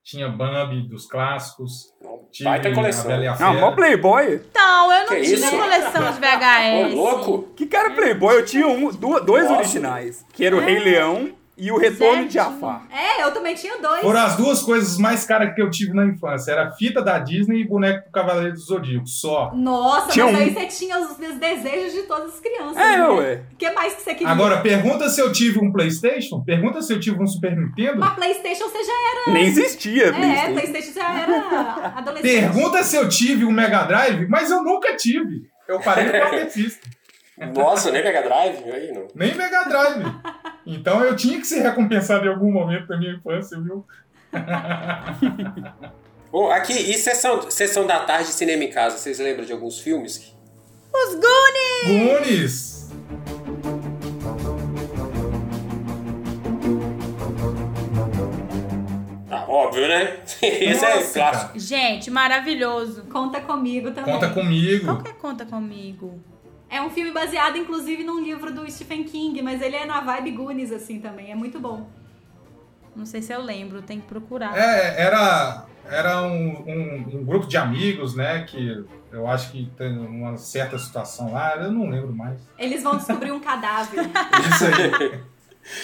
tinha Bambi dos clássicos. Tinha
Baita
A
coleção.
Bela e a
Não,
Fera.
É um mó playboy.
Então, eu não
Que
tive
isso?
coleção de
Ô,
VHS.
louco!
Que
É.
cara playboy, eu tinha um, du- dois
Nossa.
originais, que era o Rei Leão e o Retorno de
Certinho.
Jafar.
É, eu também tinha dois.
Foram as duas coisas mais caras que eu tive na infância. Era fita da Disney e boneco do Cavaleiro do Zodíaco, só.
Nossa,
Tinha
mas
um.
aí você tinha os des- desejos de todas as crianças.
É,
né?
ué.
O que mais que você queria?
Agora, pergunta se eu tive um Playstation, pergunta se eu tive um Super Nintendo,
Mas Playstation você já
Nem existia,
era. É,
Playstation.
Playstation já era adolescente.
pergunta se eu tive um Mega Drive, mas eu nunca tive. Eu parei de quartetista.
Nossa, nem Mega Drive? Aí não.
Nem Mega Drive. Então eu tinha que ser recompensado em algum momento da minha infância, viu?
Ô, aqui, e sessão, sessão da tarde de cinema em casa? Vocês lembram de alguns filmes? que-
Os Goonies!
Goonies!
Ah, óbvio, né? Esse é
Nossa,
clássico.
cara.
Gente, maravilhoso.
Conta comigo também.
Conta comigo.
Qual que é conta comigo?
É um filme baseado, inclusive, num livro do Stephen King, mas ele é na vibe Goonies, assim, também. É muito bom.
Não sei se eu lembro, tem que procurar.
É, era, era um, um- um grupo de amigos, né? Que eu acho que tem uma certa situação lá, eu não lembro mais.
Eles vão descobrir um cadáver.
Isso aí.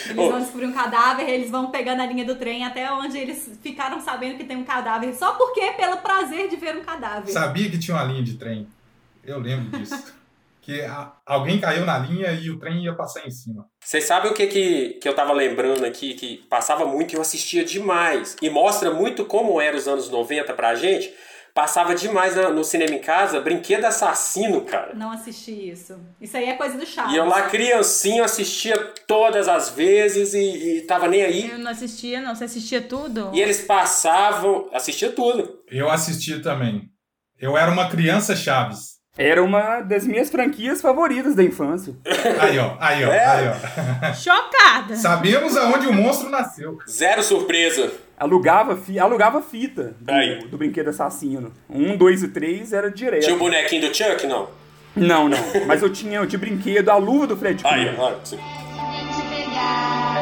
Eles vão descobrir um cadáver, eles vão pegando a linha do trem até onde eles ficaram sabendo que tem um cadáver. Só porque pelo prazer de ver um cadáver.
Sabia que tinha uma linha de trem. Eu lembro disso. Que a- alguém caiu na linha e o trem ia passar em cima.
Vocês sabem o que, que, que eu tava lembrando aqui, que passava muito e eu assistia demais. E mostra muito como era os anos 90 pra gente. Passava demais na- no cinema em casa, brinquedo assassino, cara.
Não assisti isso. Isso aí é coisa do Chaves.
E eu lá criancinha assistia todas as vezes e, e tava nem aí.
Eu não assistia, não. Você assistia tudo?
E eles passavam, assistia tudo.
Eu assisti também. Eu era uma criança Chaves.
Era uma das minhas franquias favoritas da infância.
Aí, ó, aí, ó,
É.
aí, ó.
Chocada!
Sabemos aonde o monstro nasceu.
Zero surpresa.
Alugava, fi- alugava fita
Aí.
do, do brinquedo assassino. Um, dois e três era direto.
um
Tinha o bonequinho do Chuck? Não.
Não, não. Mas eu tinha de brinquedo a luva do Fred
Aí,
Krueger.
olha. você-
Vem te pegar.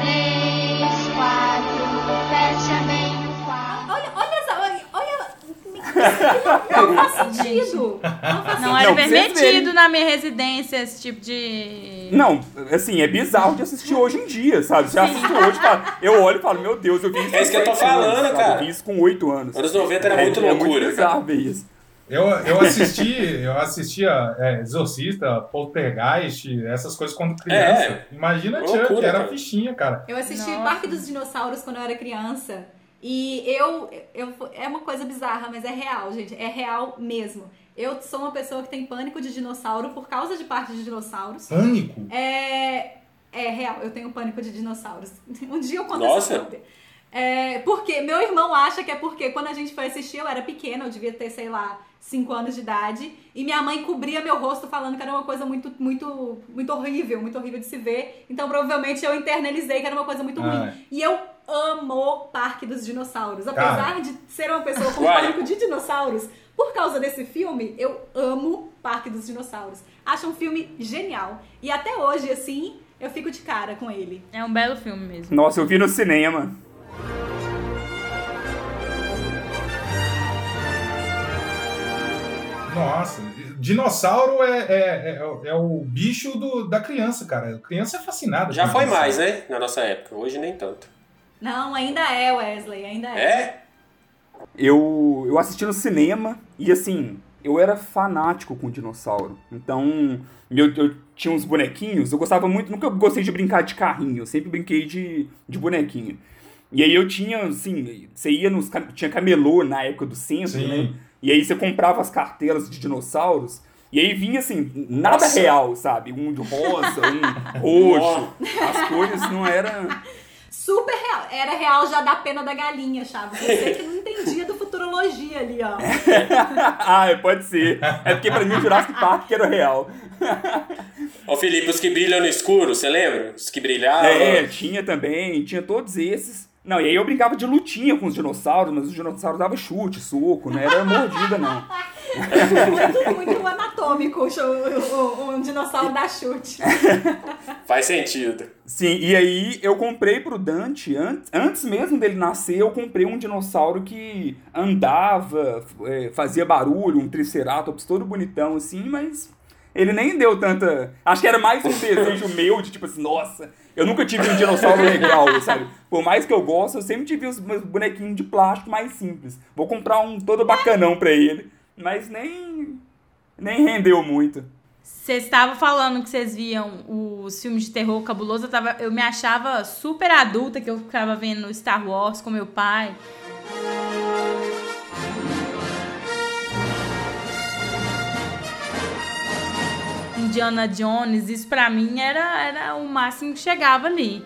Três, quatro, fecha bem o quarto.
Olha, olha essa. Olha. olha não, não faz sentido. Não faz sentido.
Não
é
era
Não, pra vocês
permitido
verem.
na minha residência esse tipo de.
Não, assim, é bizarro de assistir hoje em dia, sabe? Você assiste hoje e fala... Eu olho e falo, meu Deus, eu vi isso
É isso
com
que eu tô
sete anos,
falando,
sabe?
cara.
Eu vi isso com oito anos.
Anos 90 era muito
é
loucura,
muito bizarro ver isso.
Eu, eu assisti, eu assistia é, Exorcista, Poltergeist, essas coisas quando criança. Imagina
É, Loucura,
Chuck, era
cara.
fichinha, cara.
Eu assisti
é- Nossa.
Parque dos Dinossauros quando eu era criança. E eu, eu. É uma coisa bizarra, mas é real, gente. É real mesmo. Eu sou uma pessoa que tem pânico de dinossauro por causa de Parque de Dinossauros.
Pânico.
É, é real, eu tenho pânico de dinossauros. Um dia eu conto
Nossa.
essa história. É, porque meu irmão acha que é porque quando a gente foi assistir, eu era pequena, eu devia ter, sei lá, 5 anos de idade, e minha mãe cobria meu rosto falando que era uma coisa muito, muito, muito horrível, muito horrível de se ver. Então provavelmente eu internalizei que era uma coisa muito ruim.
Ah,
E eu amo o Parque dos Dinossauros. Apesar de ser uma pessoa com
Uai.
pânico Tá de dinossauros, por causa desse filme, eu amo Parque dos Dinossauros. Acho um filme genial. E até hoje, assim, Eu fico de cara com ele.
É um belo filme mesmo.
Nossa, eu vi no cinema.
Nossa, dinossauro é, é, é- é o bicho do, da criança, cara. A criança é fascinada.
Já
com
foi
dinossauro.
mais, né? Na nossa época. Hoje nem tanto.
Não, ainda é, Wesley, ainda é.
É?
Eu, eu assisti no cinema e assim, eu era fanático com dinossauro. Então, meu, eu tinha uns bonequinhos, eu gostava muito, nunca gostei de brincar de carrinho, eu sempre brinquei de, de bonequinho. E aí eu tinha, assim, você ia nos. ca- Tinha camelô na época do centro, né?
Sim.
E aí você comprava as carteiras de dinossauros. E aí vinha assim, nada
Nossa.
real, sabe? Um de rosa, um roxo. As cores não eram.
Super real. Era real já da pena da galinha, Chavo. Você que não entendia do futurologia ali, ó.
ah, pode ser. É porque pra mim o Jurassic Park que era o real.
Ô Felipe, os que brilham no escuro, você lembra? Os que brilhavam.
É, tinha também, tinha todos esses. Não, e aí eu brincava de lutinha com os dinossauros, mas os dinossauros davam chute, soco, não era mordida, não.
Muito, muito anatômico o, show- o- o- um dinossauro da chute.
Faz sentido.
Sim, e aí eu comprei pro Dante, antes, antes mesmo dele nascer, eu comprei um dinossauro que andava, f- é, fazia barulho, um triceratops todo bonitão assim, mas ele nem deu tanta. Acho que era mais um desejo meu de tipo assim, nossa, eu nunca tive um dinossauro legal, sabe? Por mais que eu goste, eu sempre tive os meus bonequinhos de plástico mais simples. Vou comprar um todo bacanão pra ele, mas nem. nem rendeu muito.
Vocês estavam falando que vocês viam os filmes de terror cabuloso. Eu, tava, eu me achava super adulta que eu ficava vendo Star Wars com meu pai. Indiana Jones, isso pra mim era, era o máximo que chegava ali.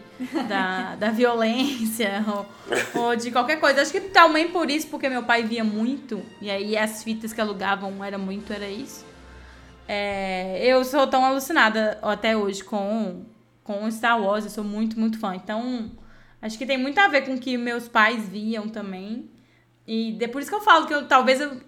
Da, da violência ou, ou de qualquer coisa. Acho que também por isso, porque meu pai via muito. E aí as fitas que alugavam era muito, era isso. É, eu sou tão alucinada até hoje com, com Star Wars, eu sou muito, muito fã. Então, acho que tem muito a ver com o que meus pais viam também. E de- por isso que eu falo que eu talvez eu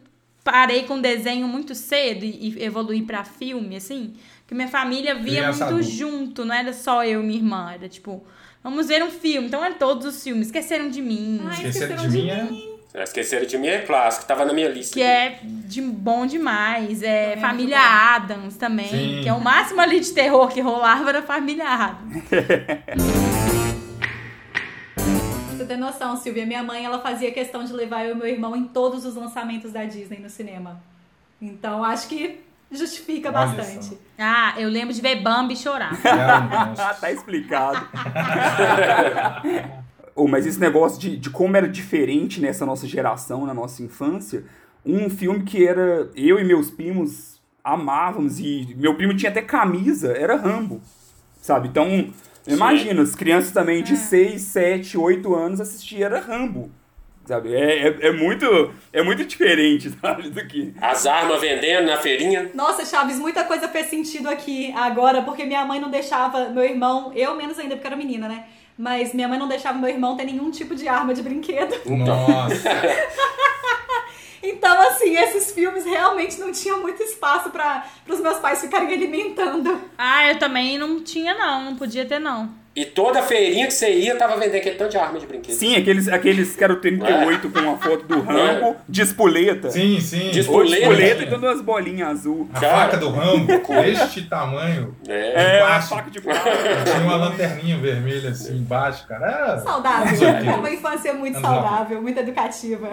parei com desenho muito cedo e, e evoluí pra filme, assim. Que minha família via
Criança
muito
adulta.
junto, não era só eu e minha irmã. Era tipo, vamos ver um filme. Então eram todos os filmes. Esqueceram de mim.
Ai,
Esqueceram de
esqueceram de
mim é.
Esqueceram de mim é clássico, tava na minha lista.
Que é de bom demais. É
Também
Família
acho
Adams também.
Sim.
Que é o máximo ali de terror que rolava era Família Adams.
Você tem noção, Silvia? Minha mãe, ela fazia questão de levar eu e meu irmão em todos os lançamentos da Disney no cinema. Então, acho que justifica
Olha
bastante.
só.
Ah, eu lembro de ver Bambi chorar.
Era um monstro.
tá explicado. Ô, mas esse negócio de, de como era diferente nessa nossa geração, na nossa infância, um filme que era eu e meus primos amávamos e meu primo tinha até camisa, era Rambo, sabe? Então,
Sim.
imagina, as crianças também de 6, 7, 8 anos assistiam era Rambo. Sabe? É, é, é muito é muito diferente, sabe, do que
As armas vendendo na feirinha.
Nossa, Chaves, muita coisa fez sentido aqui agora, porque minha mãe não deixava meu irmão, eu menos ainda, porque eu era menina, né? Mas minha mãe não deixava meu irmão ter nenhum tipo de arma de brinquedo.
Nossa.
Então, assim, esses filmes realmente não tinham muito espaço para os meus pais ficarem alimentando.
Ah, eu também não tinha, não. Não podia ter, não.
E toda feirinha que você ia, tava vendendo aquele tanto de arma de brinquedo.
Sim, aqueles aqueles que era o 38 com a foto do Rambo de espoleta.
Sim, sim.
Diz-
Ou
Espoleta.
espoleta e todas as bolinhas azul.
A
Cara.
faca do Rambo, deste tamanho,
É.
É, uma
Embaixo.
faca de pau.
tinha uma lanterninha vermelha assim embaixo, cara. Ah,
Saudável.
Sim.
É uma infância muito
Vamos lá.
saudável, muito educativa.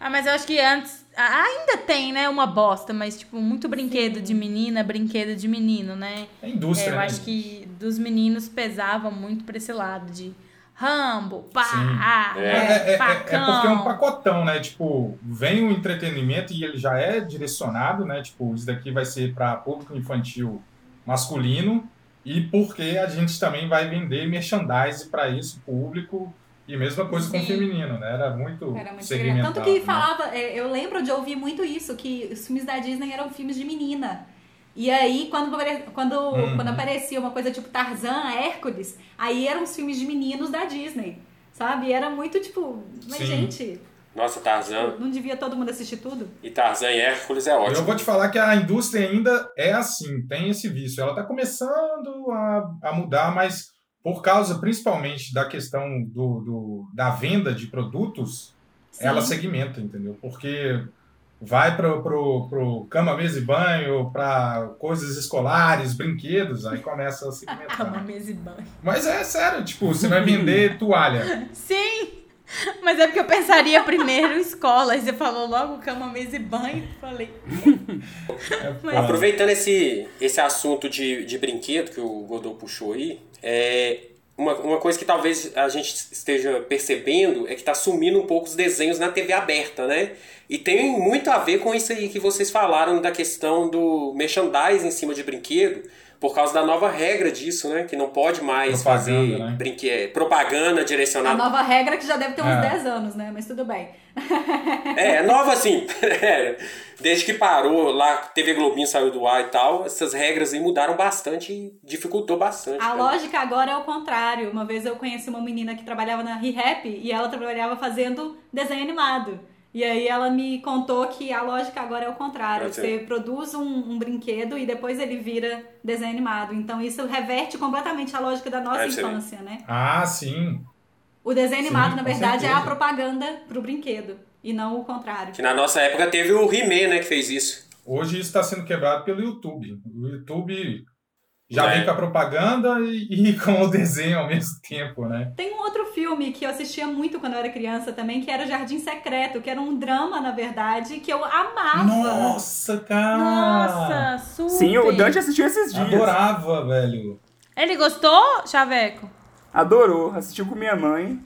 Ah, mas eu acho que antes. ah, Ainda tem, né? Uma bosta, mas, tipo, muito brinquedo de menina, brinquedo de menino, né?
É indústria,
É, eu
né?
acho que dos meninos pesava muito pra esse lado de Rambo, pá,
Sim.
ah,
É, é, é, é
facão.
porque é um pacotão, né? Tipo, vem o entretenimento e ele já é direcionado, né? Tipo, isso daqui vai ser para público infantil masculino e porque a gente também vai vender merchandise para esse público e mesma coisa com
Sim.
o feminino, né? Era muito,
Era muito grande.
segmentado.
Tanto que
né?
falava, é, eu lembro de ouvir muito isso, que os filmes da Disney eram filmes de menina. E aí, quando, apare- quando,
Uhum.
quando aparecia uma coisa tipo Tarzan, Hércules, aí eram os filmes de meninos da Disney. Sabe? E Era muito tipo. Mas,
Sim.
gente,
Nossa, Tarzan.
Não devia todo mundo assistir tudo?
E Tarzan e Hércules é
Eu
ótimo.
vou te falar que a indústria ainda é assim, tem esse vício. Ela está começando a, a mudar, mas por causa principalmente da questão do, do- da venda de produtos, ela segmenta, entendeu? Porque vai para pro, pro cama, mesa e banho, para coisas escolares, brinquedos, aí começa a
Cama,
segmentar.
mesa e banho.
mas é sério, tipo, você vai vender toalha.
Sim! Mas é porque eu pensaria primeiro em escola. Aí você falou logo cama, mesa e banho. Falei.
É foda.
Aproveitando esse, esse assunto de, de brinquedo que o Godot puxou aí, é, uma, uma coisa que talvez a gente esteja percebendo é que está sumindo um pouco os desenhos na TV aberta, né? E tem muito a ver com isso aí que vocês falaram da questão do merchandising em cima de brinquedo, por causa da nova regra disso, né? Que não pode mais
Propaganda,
fazer
né?
brinque- é, propaganda
A
direcionada
nova regra que já deve ter uns
É.
10 anos, né? Mas tudo bem.
É, é nova assim. É, Desde que parou lá, TV Globinho saiu do ar e tal, essas regras aí mudaram bastante e dificultou bastante.
A
né?
lógica agora é o contrário. Uma vez eu conheci uma menina que trabalhava na ReHap e ela trabalhava fazendo desenho animado. E aí ela me contou que a lógica agora é o contrário.
Pode ser.
Você produz um, um brinquedo e depois ele vira desenho animado. Então isso reverte completamente a lógica da nossa
Deve ser.
infância, né?
Ah, sim.
O desenho
Sim,
animado, na
com
verdade, é a
certeza.
propaganda pro brinquedo e não o contrário.
Que na nossa época teve o He-Man, né, que fez isso.
Hoje isso está sendo quebrado pelo YouTube. O YouTube já
É.
vem com a propaganda e, e com o desenho ao mesmo tempo, né?
Tem um outro filme que eu assistia muito quando eu era criança também, que era Jardim Secreto, que era um drama, na verdade, que eu amava.
Nossa, cara!
Nossa, super.
Ah, Sim, o Dante é assistiu esses dias.
Adorava, velho.
Ele gostou, Chaveco?
Adorou, assistiu com minha mãe.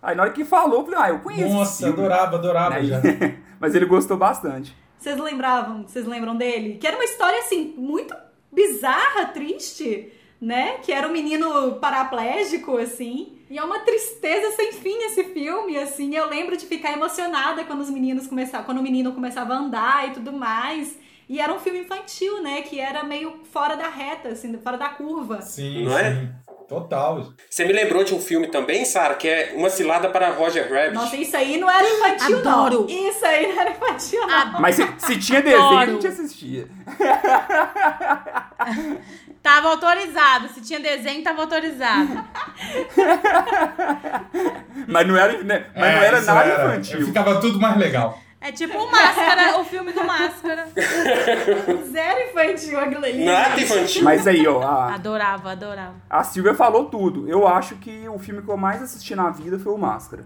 Aí na hora que falou, eu falei, ah, eu conheço. esse
Nossa,
filme.
adorava,
Né?
adorava
Aí-
já.
Mas ele gostou bastante.
Vocês lembravam? Vocês lembram dele? Que era uma história assim muito bizarra, triste, né? Que era um menino paraplégico assim. E é uma tristeza sem fim esse filme, assim. Eu lembro de ficar emocionada quando os meninos começavam, quando o menino começava a andar e tudo mais. E era um filme infantil, né? Que era meio fora da reta, assim, fora da curva.
Sim,
Não
sim.
é?
Total.
Você me lembrou de um filme também, Sara, que é Uma Cilada para Roger Rabbit.
Nossa, isso aí não era infantil,
Adoro.
não. Isso aí não era infantil, não.
Mas se, se tinha desenho, a gente assistia.
Tava autorizado. Se tinha desenho, tava autorizado.
Mas não era, né? Mas não
É,
era
isso
nada infantil.
Ficava tudo mais legal.
É tipo o Máscara, o filme do Máscara.
Zero infantil aquilo ali.
é Nada infantil.
Mas aí, ó, a,
Adorava, adorava.
a Silvia falou tudo. Eu acho que o filme que eu mais assisti na vida foi o Máscara.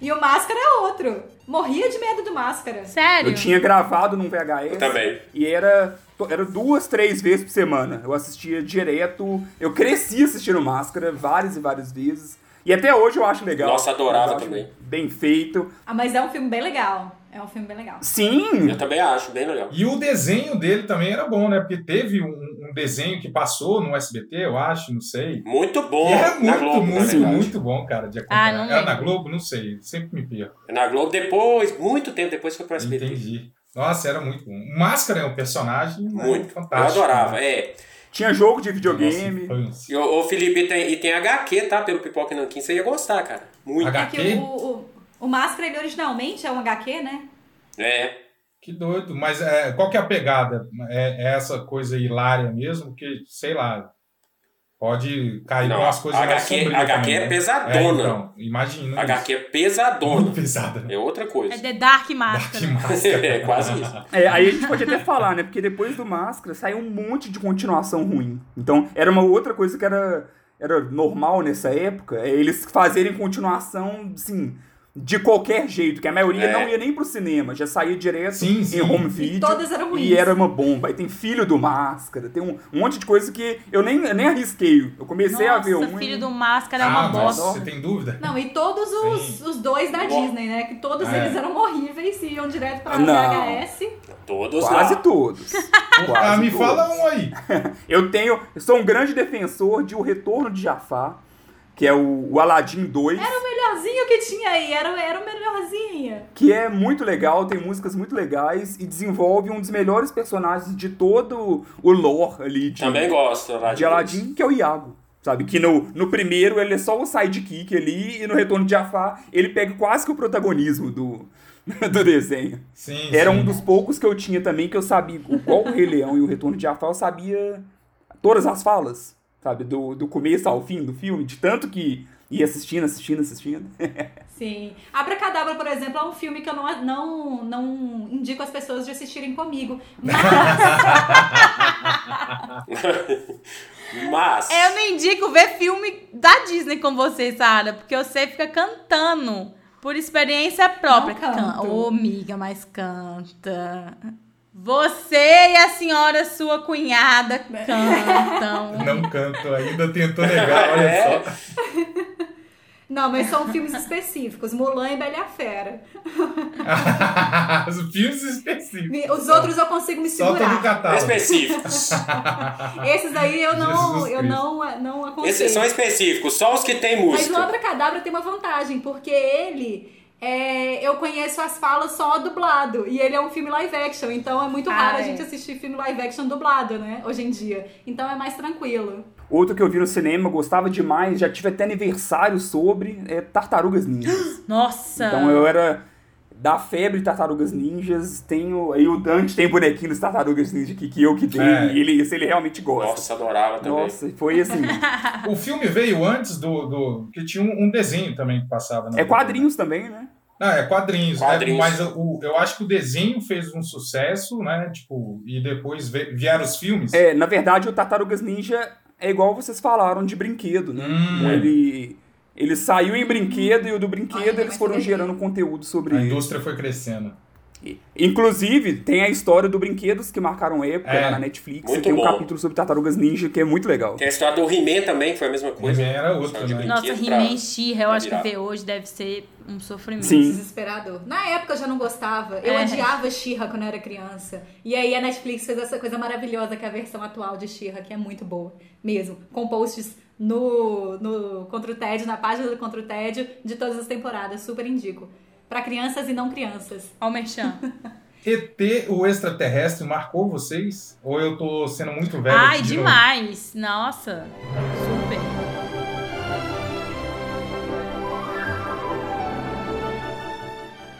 E o Máscara é outro. Morria de medo do Máscara.
Sério?
Eu tinha gravado num VHS.
Eu também.
E era, era duas, três vezes por semana. Eu assistia direto. Eu cresci assistindo Máscara várias e várias vezes. E até hoje eu acho legal.
Nossa, adorava
Eu acho
também.
Bem feito.
Ah, mas é um filme bem legal. É um filme bem legal.
Sim!
Eu também acho, bem legal.
E o desenho dele também era bom, né? Porque teve um, um desenho que passou no SBT, eu acho, não sei.
Muito bom.
E
na
era muito,
Globo, na
muito,
verdade.
muito bom, cara, de
Ah,
acompanhar.
não
era na
lembro.
Globo? Não sei. Sempre me perco.
Na Globo depois, muito tempo depois foi pro SBT.
Entendi. Nossa, era muito bom. O Máscara é um personagem né,
Muito.
fantástico. né?
Eu adorava. É.
Tinha jogo de
Nossa, um
videogame.
infância.
E o, o Felipe tem, e tem HQ, tá? Pelo Pipoca e Nanquim, você ia gostar, cara. Muito.
H-
É que o, o, o Máscara, ele originalmente é um HQ, né?
É.
Que doido. Mas é, qual que é a pegada? É, é essa coisa hilária mesmo? Que, sei lá, pode cair
Não,
com as coisas mais
HQ
sombrias
HQ é
também, né?
pesadona.
É, então, imagina.
HQ é
isso.
pesadona.
Muito pesada. né?
É outra coisa.
É The Dark
Dark
Máscara.
Máscara.
É, quase isso.
É, aí a gente pode até falar, né? Porque depois do Máscara saiu um monte de continuação ruim. Então era uma outra coisa que era, era normal nessa época. É eles fazerem continuação, assim, de qualquer jeito. Que a maioria
É.
não ia nem pro cinema, já saía direto
Sim, sim.
em home
E
video.
todas eram ruins.
E era uma bomba. Aí tem filho do Máscara, tem um, um monte de coisa que eu nem, eu nem arrisquei. Eu comecei a ver
Nossa,
um.
filho
e-
do Máscara é uma
Ah, mas
bosta.
bosta.
você tem dúvida?
Não, e todos os,
Sim.
os dois da
Bom.
Disney, né? Que todos
É.
eles eram horríveis e iam direto pra
Ah, Não.
VHS.
Todos
Quase
lá.
todos. Quase
ah, me
todos.
fala um aí.
Eu tenho. eu sou um grande defensor de O Retorno de Jafar, que é o, o Aladdin 2,
O melhorzinho que tinha aí, era, era o melhorzinho.
que é muito legal, tem músicas muito legais e desenvolve um dos melhores personagens de todo o lore ali de,
Também gosto, Aladdin.
de Aladdin, que é o Iago. Sabe? Que no, no primeiro ele é só o sidekick ali e no Retorno de Jafar ele pega quase que o protagonismo do, do desenho.
Sim,
Era
sim.
um dos poucos que eu tinha também que eu sabia, igual o Rei Leão e o Retorno de Jafar, eu sabia todas as falas, sabe? Do, do começo ao fim do filme, de tanto que ia assistindo, assistindo, assistindo.
Sim. Abracadabra, por exemplo, é um filme que eu não, não, não indico as pessoas de assistirem comigo. Mas
Mas.
É, Eu não indico ver filme da Disney com você, Sara, porque você fica cantando por experiência própria.
Não canto.
Can- Ô, amiga, mas canta. Você e a senhora, sua cunhada, cantam.
Não canto, ainda tentou negar, olha
É.
só.
não, mas são filmes específico. Mulan e Bela e a Fera.
Os filmes específicos.
Me- Os outros eu consigo me
Solta no
segurar.
catálogo.
Específicos.
Esses aí eu não,
Ah. Jesus
eu
Cristo. é
não, eh, não aconselho.
Esses são específicos, só os que tem
Mas o
música.
Abracadabra tem uma vantagem, porque ele. é, eu conheço as falas só dublado. E ele é um filme live action, então é muito
Ah,
raro a
é.
gente assistir filme live action dublado, né? Hoje em dia. Então é mais tranquilo.
Outro que eu vi no cinema, gostava demais, já tive até aniversário sobre, é Tartarugas Ninjas.
Nossa!
então eu era da febre Tartarugas Ninjas, tenho... Aí o Dante tem bonequinho dos Tartarugas Ninjas que, que eu que dei,
É.
e ele, se ele realmente gosta.
Nossa, adorava também.
Nossa, foi assim...
O filme veio antes do. do que tinha um, um desenho também que passava. na
É
TV.
quadrinhos também, né?
Não, é quadrinhos, né?
Quadrinhos.
Mas o, eu acho que o desenho fez um sucesso, né? Tipo, e depois ve- vieram os filmes.
É, na verdade, o Tartarugas Ninja é igual vocês falaram de brinquedo, né?
Hum.
Ele, ele saiu em brinquedo e o do
Olha,
brinquedo
mas
eles foram
foi-
gerando conteúdo sobre
A
ele.
indústria foi crescendo.
Inclusive, tem a história do brinquedos que marcaram época
É.
lá na Netflix.
Muito
e tem um
bom.
capítulo sobre Tartarugas Ninja que é muito legal.
Tem a história do He-Man também, que foi a mesma coisa.
He-Man era outro,
Saiu de
né?
Nossa,
brinquedo pra-
He-Man She-Ra, eu
pra
acho que
virar.
ver hoje deve ser um sofrimento.
Sim.
Desesperador. Na época eu já não gostava. Eu
É.
odiava Xirra quando eu era criança. E aí a Netflix fez essa coisa maravilhosa que é a versão atual de Xirra, que é muito boa mesmo. Com posts no, no Contra o Tédio, na página do Contra o Tédio, de todas as temporadas. Super indico. Pra crianças e não crianças.
Ó, o Merchan.
ET, o extraterrestre, marcou vocês? Ou eu tô sendo muito velho?
Ai,
aqui,
demais! Nossa! Super!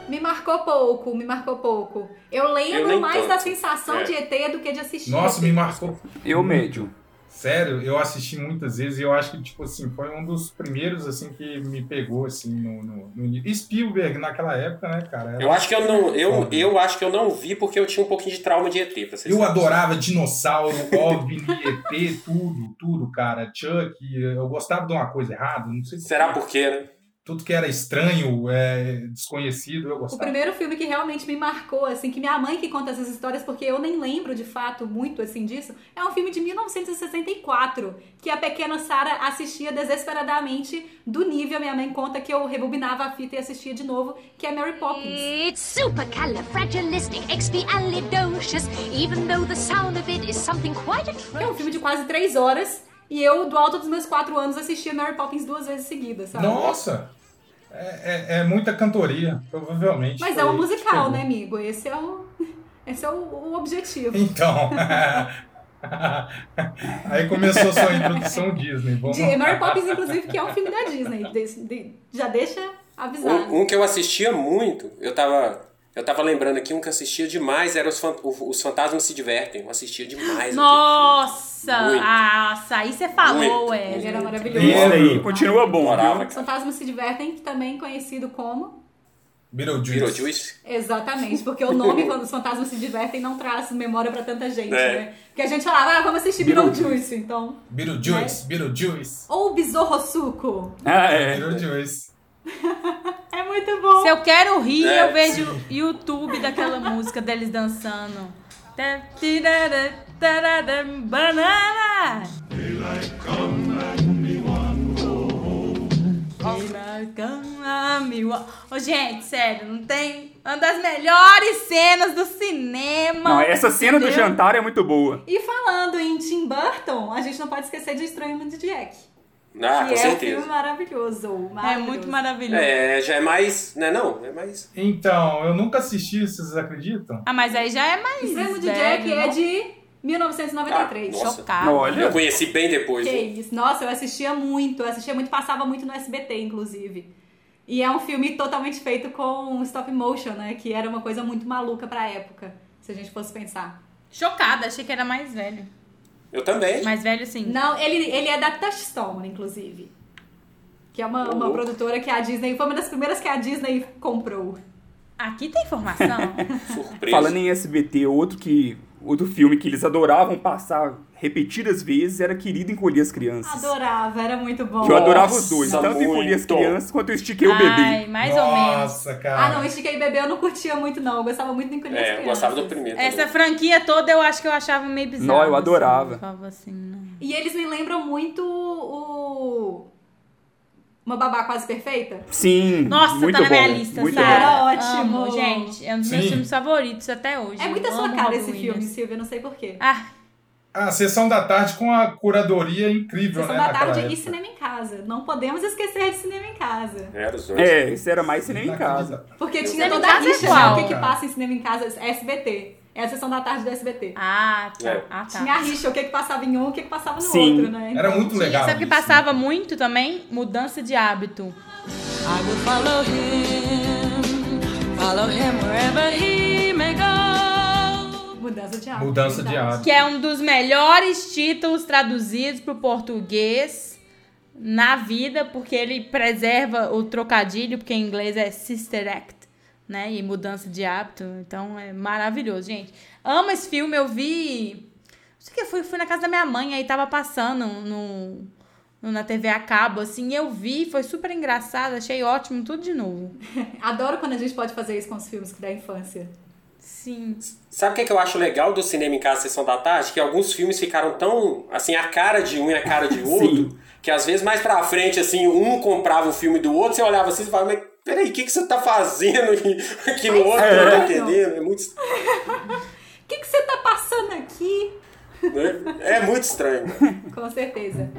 Me marcou pouco, me marcou pouco. Eu
Eu
lembro
nem
mais
tanto.
da sensação
É.
de ET do que de assistir.
não? Nossa, me marcou.
Eu médio.
Sério, eu assisti muitas vezes e eu acho que, tipo assim, foi um dos primeiros, assim, que me pegou, assim, no... no, no- Spielberg, naquela época, né, cara? Era-
Eu acho que eu não. Eu, eu acho que eu não vi porque eu tinha um pouquinho de trauma de ET, pra vocês.
Eu
saberem.
adorava dinossauro, OVNI, ET, tudo, tudo, cara. Chuck, eu gostava de uma coisa errada, não sei se
Será por quê, né?
tudo que era estranho, é, desconhecido, eu
O
gostava.
primeiro filme que realmente me marcou, assim, que minha mãe que conta essas histórias, porque eu nem lembro de fato muito, assim, disso, é um filme de 1964, que a pequena Sara assistia desesperadamente do nível, minha mãe conta que eu rebobinava a fita e assistia de novo, que é Mary
Hum.
Poppins.
It's supercalifragilisticexpialidocious, even though the sound of it is something quite
É um
atrocious.
filme de quase três horas, e eu, do alto dos meus quatro anos, assistia Mary Poppins duas vezes seguidas, sabe?
Nossa! É, é- é muita cantoria, provavelmente.
Mas
foi-
é um musical,
pegou.
né, amigo? Esse é o, esse é o, o objetivo.
Então. Aí começou sua introdução Disney. Vamos
De,
lá.
Mary Poppins, inclusive, que é um filme da Disney. de- de- já deixa avisado.
Um, um que eu assistia muito, eu tava. Eu tava lembrando aqui, um que eu assistia demais era Os, Fan- o- os Fantasmas Se Divertem. Eu assistia demais.
Nossa!
é Muito.
Nossa, aí você falou,
Muito.
é.
Ele era maravilhoso.
Isso aí,
Lembro.
continua bom,
Adorava,
viu?
Os Fantasmas se divertem, que também conhecido como.
Beetlejuice.
Beetlejuice.
Exatamente, porque o nome, quando os fantasmas se divertem, não traz memória pra tanta gente,
É.
né? Porque a gente falava, ah, vamos assistir Beetlejuice, então.
Beetlejuice, Beetlejuice.
Ou Besouro Suco.
Ah, é.
Beetlejuice.
É muito bom.
Se eu quero rir,
É,
eu vejo YouTube daquela música deles dançando. Tá, tirara, tarara, Banana! Here I come, I'm one. Ô, gente, sério, não tem uma das melhores cenas do cinema.
Não, essa cena do
entendeu?
jantar é muito boa.
E falando em Tim Burton, a gente não pode esquecer de Estranho Mundo de Jack.
Ah,
que é
com
um filme
certeza.
maravilhoso.
É
maravilhoso.
muito maravilhoso.
É, já é mais. Né, não? É mais.
Então, eu nunca assisti, vocês acreditam?
Ah, mas aí já é mais.
Estranho Mundo de
velho,
Jack é
não?
de 1993.
Ah, nossa.
Chocado.
Eu
Olha,
conheci bem depois.
Que
hein?
isso. Nossa, eu assistia muito, eu assistia muito, passava muito no SBT, inclusive. E é um filme totalmente feito com stop motion, né? Que era uma coisa muito maluca pra época, se a gente fosse pensar.
Chocada, achei que era mais velho.
Eu também.
Mais velho, sim.
Não, ele, ele é da Touchstone, inclusive. Que é uma, uma
louco.
produtora que a Disney. Foi uma das primeiras que a Disney comprou.
Aqui tem informação.
Surpresa.
falando em SBT, outro que outro filme que eles adoravam passar repetidas vezes era Querido Encolher as Crianças.
Adorava, era muito bom.
Que eu adorava os dois,
Nossa,
tanto encolhi as
muito.
crianças quanto eu estiquei o um bebê.
Ai, mais ou menos.
Nossa,
Ah,
cara.
não, Estiquei Bebê eu não curtia muito, não. Eu gostava muito do Encolher as
É, eu
Crianças.
gostava do primeiro.
Essa
também.
franquia toda eu acho que eu achava meio bizarro.
Não, eu adorava.
Assim, eu falava assim, não.
E eles me lembram muito o. Uma babá quase perfeita.
Sim,
Nossa,
muito
tá na
bom.
minha lista,
muito
sabe?
bom.
Era ótimo.
Amo, gente, é um dos meus
Sim.
filmes favoritos até hoje.
É muito a
Eu
sua
amo
cara
Robin
esse filme,
Williams.
Silvia, não sei porquê.
Ah,
A sessão da tarde com a curadoria incrível,
Sessão
né?
da
naquela
tarde e
época.
cinema em casa. Não podemos esquecer de cinema em casa.
Era os dois.
É, isso era mais cinema
Tá
em casa.
Porque
Eu-
tinha
Cinema em
toda a
casa é
rixa,
qual?
né? O que, que passa em cinema em casa? SBT. É a sessão da tarde do SBT.
ah, tá.
É.
Ah, tá.
Tinha a rixa, o que, que passava em um, o que, que passava no
Sim.
outro, né?
Era
Então,
muito legal.
Sabe o que
isso, né?
passava muito também? Mudança de hábito.
I will follow him, follow him wherever he may go.
Então, Mudança de hábito.
Mudança de
verdade.
hábito.
Que é um dos melhores títulos traduzidos para o português na vida, porque ele preserva o trocadilho, porque em inglês é Sister Act, né? E mudança de hábito. Então é maravilhoso, gente. Amo esse filme, eu vi. Não sei o que foi, fui na casa da minha mãe, aí tava passando no, no- na TV a cabo, assim, e eu vi, foi super engraçado, achei ótimo, tudo de novo.
Adoro quando a gente pode fazer isso com os filmes da infância.
Sim.
Sabe o que, que eu acho legal do cinema em casa, sessão da tarde? Que alguns filmes ficaram tão, assim, a cara de um e a cara de outro, que às vezes mais pra frente, assim, um comprava o filme do outro, você olhava assim e falava, mas peraí, o que, que você tá fazendo aqui no outro? Eu não tô entendendo. É muito,
O que, que você tá passando aqui?
né? é muito estranho.
Com certeza.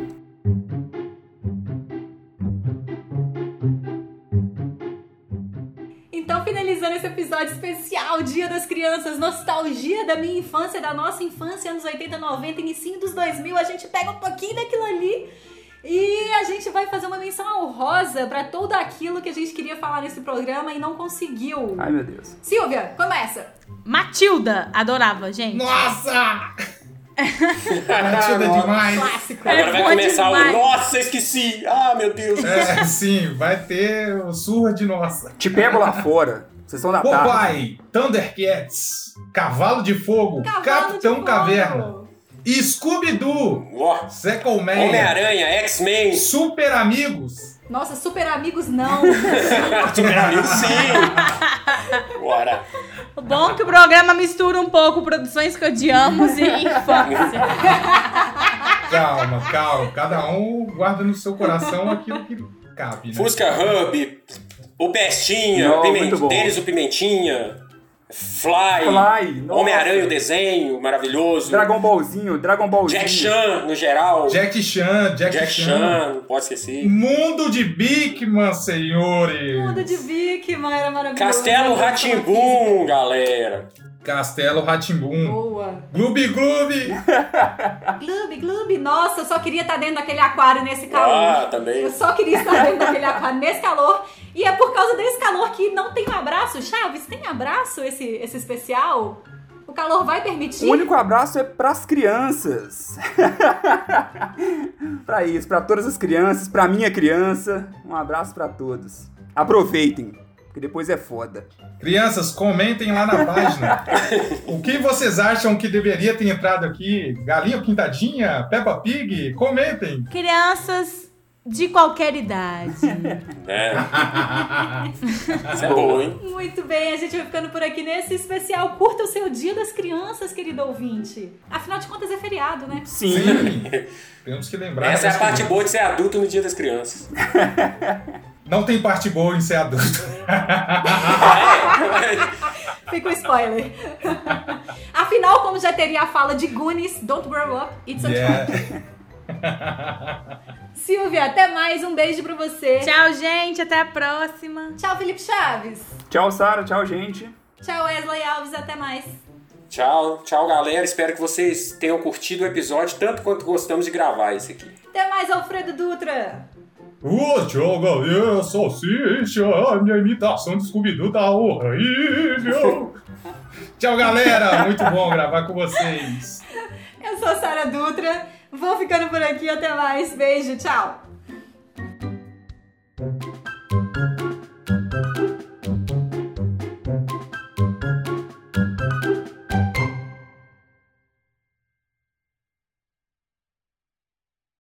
Então, finalizando esse episódio especial, Dia das Crianças, nostalgia da minha infância, da nossa infância, anos 80, 90, início dos 2000, a gente pega um pouquinho daquilo ali e a gente vai fazer uma menção honrosa pra tudo aquilo que a gente queria falar nesse programa e não conseguiu.
Ai, meu Deus.
Silvia, começa!
Matilda, adorava, gente.
Nossa! Batida demais.
Clássico!
Agora vai
bom
começar
É, demais.
o. Nossa, esqueci! Ah, meu Deus!
É, sim, vai ter o surra de nossa.
Te pego lá fora. Sessão da tarde.
Popeye, Thundercats, Cavalo de Fogo, Capitão
de
Caverna,
Fogo.
Scooby-Doo,
Ó,
Zé Colmeia,
Homem-Aranha, X-Men,
Super Amigos.
Nossa, super amigos não!
Super Amigos, sim! Bora!
O bom é que o programa mistura um pouco produções que odiamos e infância.
Calma, calma. Cada um guarda no seu coração aquilo que cabe, né?
Fusca Hub, o Pestinha,
Não,
o Pimen-
muito bom.
Denis o Pimentinha, Fly,
Fly, nossa.
Homem-Aranha, o desenho maravilhoso,
Dragon Ballzinho, Dragon Ballzinho.
Jack Chan no geral, Jack,
Jack Chan, Jack, Chan.
Chan, não pode esquecer,
Mundo de Bigman,
Mundo
senhores.
de Vikman era maravilhoso.
Castelo
Era
Ratimbum, galera,
Castelo Ratimbum.
Boa.
Gloob Gloob.
Gloob, Gloob. Nossa, eu só queria estar dentro daquele aquário nesse calor.
ah, também,
Eu só queria estar dentro daquele aquário nesse calor. E é por causa desse calor que não tem um abraço. Chaves, tem abraço esse, esse especial? O calor vai permitir?
O único abraço é pras crianças. pra isso, pra todas as crianças, pra minha criança. Um abraço pra todos. Aproveitem, porque depois é foda.
Crianças, comentem lá na página. o que vocês acham que deveria ter entrado aqui? Galinha Pintadinha? Peppa Pig? Comentem.
Crianças de qualquer idade.
né, isso é bom, hein,
Muito bem, a gente vai ficando por aqui nesse especial. Curta o seu dia das crianças, querido ouvinte. Afinal de contas, é feriado, né?
Sim.
Sim. Temos que lembrar.
essa é a
das
parte
crianças.
boa de ser adulto no dia das crianças,
Não tem parte boa em ser adulto.
É.
Fica o spoiler. Afinal, como já teria a fala de Goonies, Don't Grow Up, It's a Trap.
Yeah.
Silvia, até mais. Um beijo pra você.
Tchau, gente. Até a próxima.
Tchau, Felipe Chaves.
Tchau, Sara. Tchau, gente.
Tchau, Wesley Alves. Até mais.
tchau. Tchau, tchau, galera. Espero que vocês tenham curtido o episódio tanto quanto gostamos de gravar esse aqui.
Até mais, Alfredo Dutra!
Ô, tchau, galera, salsicha, a minha imitação do Scooby-Doo tá horrível. tchau, galera, muito bom gravar com vocês.
Eu sou a Sara Dutra, vou ficando por aqui, até mais, beijo, tchau!